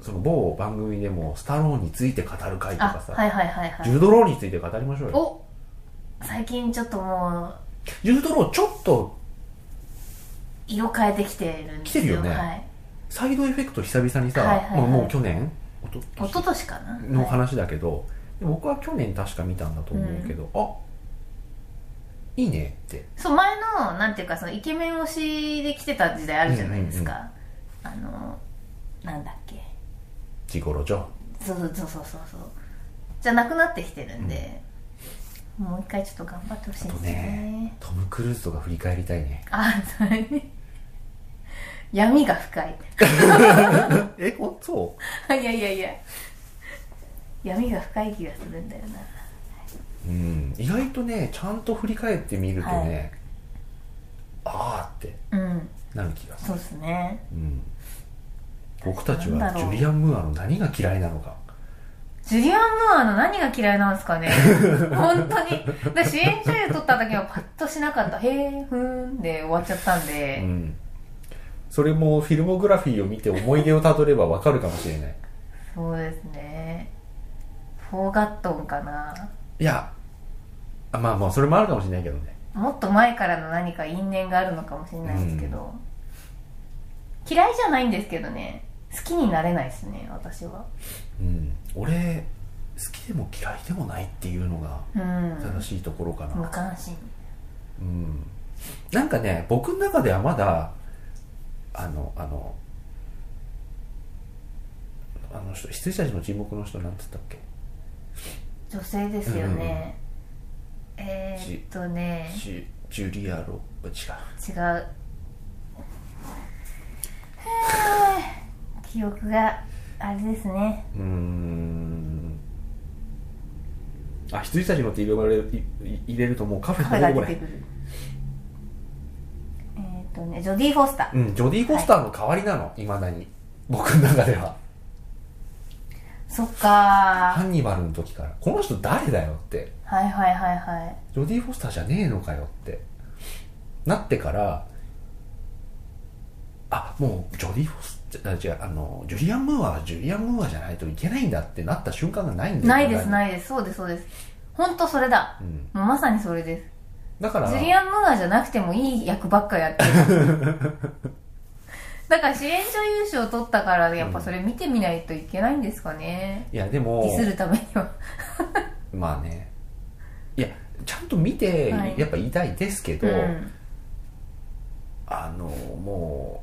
[SPEAKER 1] その某番組でもスタローンについて語る会と
[SPEAKER 2] あ
[SPEAKER 1] かさ、
[SPEAKER 2] はいはいはいはい
[SPEAKER 1] ジュードローについて語りましょうよ
[SPEAKER 2] お最近ちょっともう
[SPEAKER 1] ジュードローちょっと
[SPEAKER 2] 色変えてきてるんですよ
[SPEAKER 1] 来てるよね
[SPEAKER 2] はい、
[SPEAKER 1] サイドエフェクト久々にさ、
[SPEAKER 2] はいはいはい
[SPEAKER 1] まあもう去年おと
[SPEAKER 2] 一昨年かな
[SPEAKER 1] の話だけど、で僕は去年確か見たんだと思うけど、あいいねって
[SPEAKER 2] そう前のなんていうかそのイケメン推しで来てた時代あるじゃないですか、あのなんだっけ
[SPEAKER 1] ジゴロジョ
[SPEAKER 2] そうそうそうそうそうそうじゃなくなってきてるんで、もう一回ちょっと頑張ってほしいですね
[SPEAKER 1] トム・クルーズとか振り返りたいね
[SPEAKER 2] あそれね闇が深い
[SPEAKER 1] えおそ
[SPEAKER 2] いやいやいや闇が深い気がするんだよな
[SPEAKER 1] う、うん、意外とねちゃんと振り返ってみるとね、ああって
[SPEAKER 2] うん
[SPEAKER 1] なる気がする
[SPEAKER 2] そうですね
[SPEAKER 1] うん僕たち
[SPEAKER 2] な
[SPEAKER 1] は
[SPEAKER 2] んだ
[SPEAKER 1] ジ
[SPEAKER 2] ろう
[SPEAKER 1] ュリアン・ムーアの何が嫌いなのか
[SPEAKER 2] ジュリアン・ムーアの何が嫌いなんです かね本当に。で主演女優撮った時はパッとしなかった。へー、ふーんで終わっちゃったんで。
[SPEAKER 1] うんそれもフィルモグラフィーを見て思い出をたどればわかるかもしれない
[SPEAKER 2] そうですね。フォーガットンかな。
[SPEAKER 1] いやあまあまあそれもあるかもしれないけどね
[SPEAKER 2] もっと前からの何か因縁があるのかもしれないですけど、嫌いじゃないんですけどね好きになれないですね私は
[SPEAKER 1] うん俺好きでも嫌いでもないっていうのが
[SPEAKER 2] うん
[SPEAKER 1] 正しいところかな、
[SPEAKER 2] 無関心
[SPEAKER 1] うんなんかね僕の中ではまだあのあのあの人羊たちの沈黙の人なんつったっけ
[SPEAKER 2] 女性ですよね、えー、っとね
[SPEAKER 1] ジュジュリアロ違う
[SPEAKER 2] 違うへー記憶があれですね
[SPEAKER 1] うーんあ羊たちのって入れられい入れるともうカフェ
[SPEAKER 2] カフェ
[SPEAKER 1] に入
[SPEAKER 2] が出
[SPEAKER 1] れ
[SPEAKER 2] て
[SPEAKER 1] て
[SPEAKER 2] く
[SPEAKER 1] こない
[SPEAKER 2] るえー、っとねジョディ・フォスター、
[SPEAKER 1] うんジョディ・フォスターの代わりなのいま、未だに僕の中では
[SPEAKER 2] そっか
[SPEAKER 1] ハンニバルの時からこの人誰だよって
[SPEAKER 2] ーはいはいはいはい
[SPEAKER 1] ジョディ・フォスターじゃねえのかよってなってからあもうジョディ・フォスター違うあのジュリアン・ムーアはジュリアン・ムーアじゃないといけないんだってなった瞬間がないんだよ
[SPEAKER 2] ないです
[SPEAKER 1] い、
[SPEAKER 2] ないですそうですそうです本当それだ
[SPEAKER 1] うん、
[SPEAKER 2] もうまさにそれです
[SPEAKER 1] だから
[SPEAKER 2] ジュリアン・ムーアじゃなくてもいい役ばっかやってる だから主演女優賞取ったからやっぱそれ見てみないといけないんですかね、
[SPEAKER 1] いやで
[SPEAKER 2] デ
[SPEAKER 1] も
[SPEAKER 2] ィスるためには
[SPEAKER 1] まあねいやちゃんと見て
[SPEAKER 2] はい
[SPEAKER 1] やっぱ言いたいですけど、
[SPEAKER 2] うん
[SPEAKER 1] あのも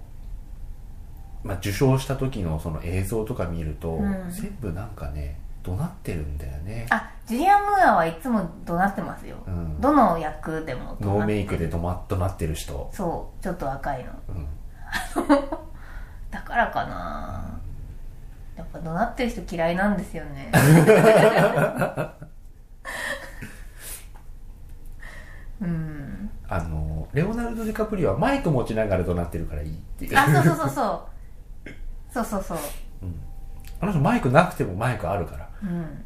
[SPEAKER 1] う、まあ、受賞した時のその映像とか見ると、
[SPEAKER 2] うん
[SPEAKER 1] 全部なんかね怒鳴ってるんだよね
[SPEAKER 2] あジュリアン・ムーアはいつも怒鳴ってますよ、
[SPEAKER 1] うん
[SPEAKER 2] どの役でも怒鳴って
[SPEAKER 1] ノーメイクで止まっとなってる人
[SPEAKER 2] そうちょっと赤いの
[SPEAKER 1] うん
[SPEAKER 2] だからかなやっぱ怒鳴ってる人嫌いなんですよ ねうん
[SPEAKER 1] あのレオナルド・ディカプリオはマイク持ちながら怒鳴ってるからいいっていう
[SPEAKER 2] あ、そうそうそうそう。そうそうそう。
[SPEAKER 1] あの人マイクなくてもマイクあるから、
[SPEAKER 2] うん。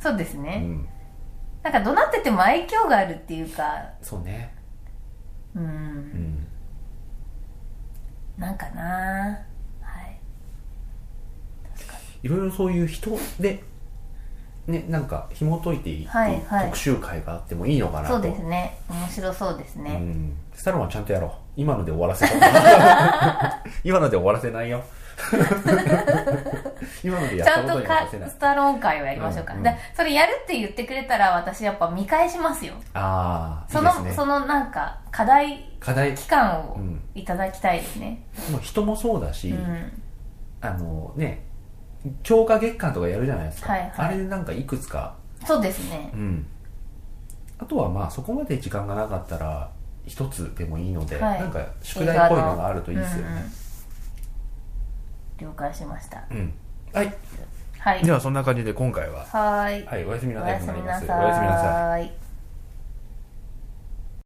[SPEAKER 2] そうです
[SPEAKER 1] う
[SPEAKER 2] ね。
[SPEAKER 1] ん、
[SPEAKER 2] なんか怒鳴ってても愛嬌があるっていうか、
[SPEAKER 1] そうね
[SPEAKER 2] う。
[SPEAKER 1] うんん
[SPEAKER 2] なんかなはい。
[SPEAKER 1] いろいろそういう人でねなんか紐解いていく
[SPEAKER 2] はいはい
[SPEAKER 1] 特集会があってもいいのかなと、
[SPEAKER 2] そうですね。面白そうです
[SPEAKER 1] う
[SPEAKER 2] ね。
[SPEAKER 1] んスタローンはちゃんとやろう今ので終わらせた 今ので終わらせないよ 今のでや
[SPEAKER 2] ち
[SPEAKER 1] っ
[SPEAKER 2] ゃ
[SPEAKER 1] た
[SPEAKER 2] ん
[SPEAKER 1] こと
[SPEAKER 2] と
[SPEAKER 1] には
[SPEAKER 2] か
[SPEAKER 1] させない
[SPEAKER 2] スタローン会をやりましょうか。
[SPEAKER 1] うんうん
[SPEAKER 2] だそれやるって言ってくれたら私やっぱ見返しますよ。
[SPEAKER 1] ああ
[SPEAKER 2] その、
[SPEAKER 1] いいです
[SPEAKER 2] そ
[SPEAKER 1] ね
[SPEAKER 2] のなんか課題
[SPEAKER 1] 課題
[SPEAKER 2] 期間を
[SPEAKER 1] うん
[SPEAKER 2] いただきたいですね。
[SPEAKER 1] もう人もそうだし、
[SPEAKER 2] うん。
[SPEAKER 1] あのね強化月間とかやるじゃないですか、
[SPEAKER 2] はいはい
[SPEAKER 1] あれでなんかいくつか
[SPEAKER 2] そうですね
[SPEAKER 1] う。んあとはまあそこまで時間がなかったら一つでもいいので、
[SPEAKER 2] はい
[SPEAKER 1] なんか宿題っぽいのがあるといいですよ
[SPEAKER 2] 映画の
[SPEAKER 1] ね
[SPEAKER 2] うんうん了解しました。
[SPEAKER 1] うん、はい
[SPEAKER 2] はい。
[SPEAKER 1] ではそんな感じで今回は
[SPEAKER 2] はーい。
[SPEAKER 1] はいおやすみなさい
[SPEAKER 2] おやすみな
[SPEAKER 1] おやすみなさい
[SPEAKER 2] さい。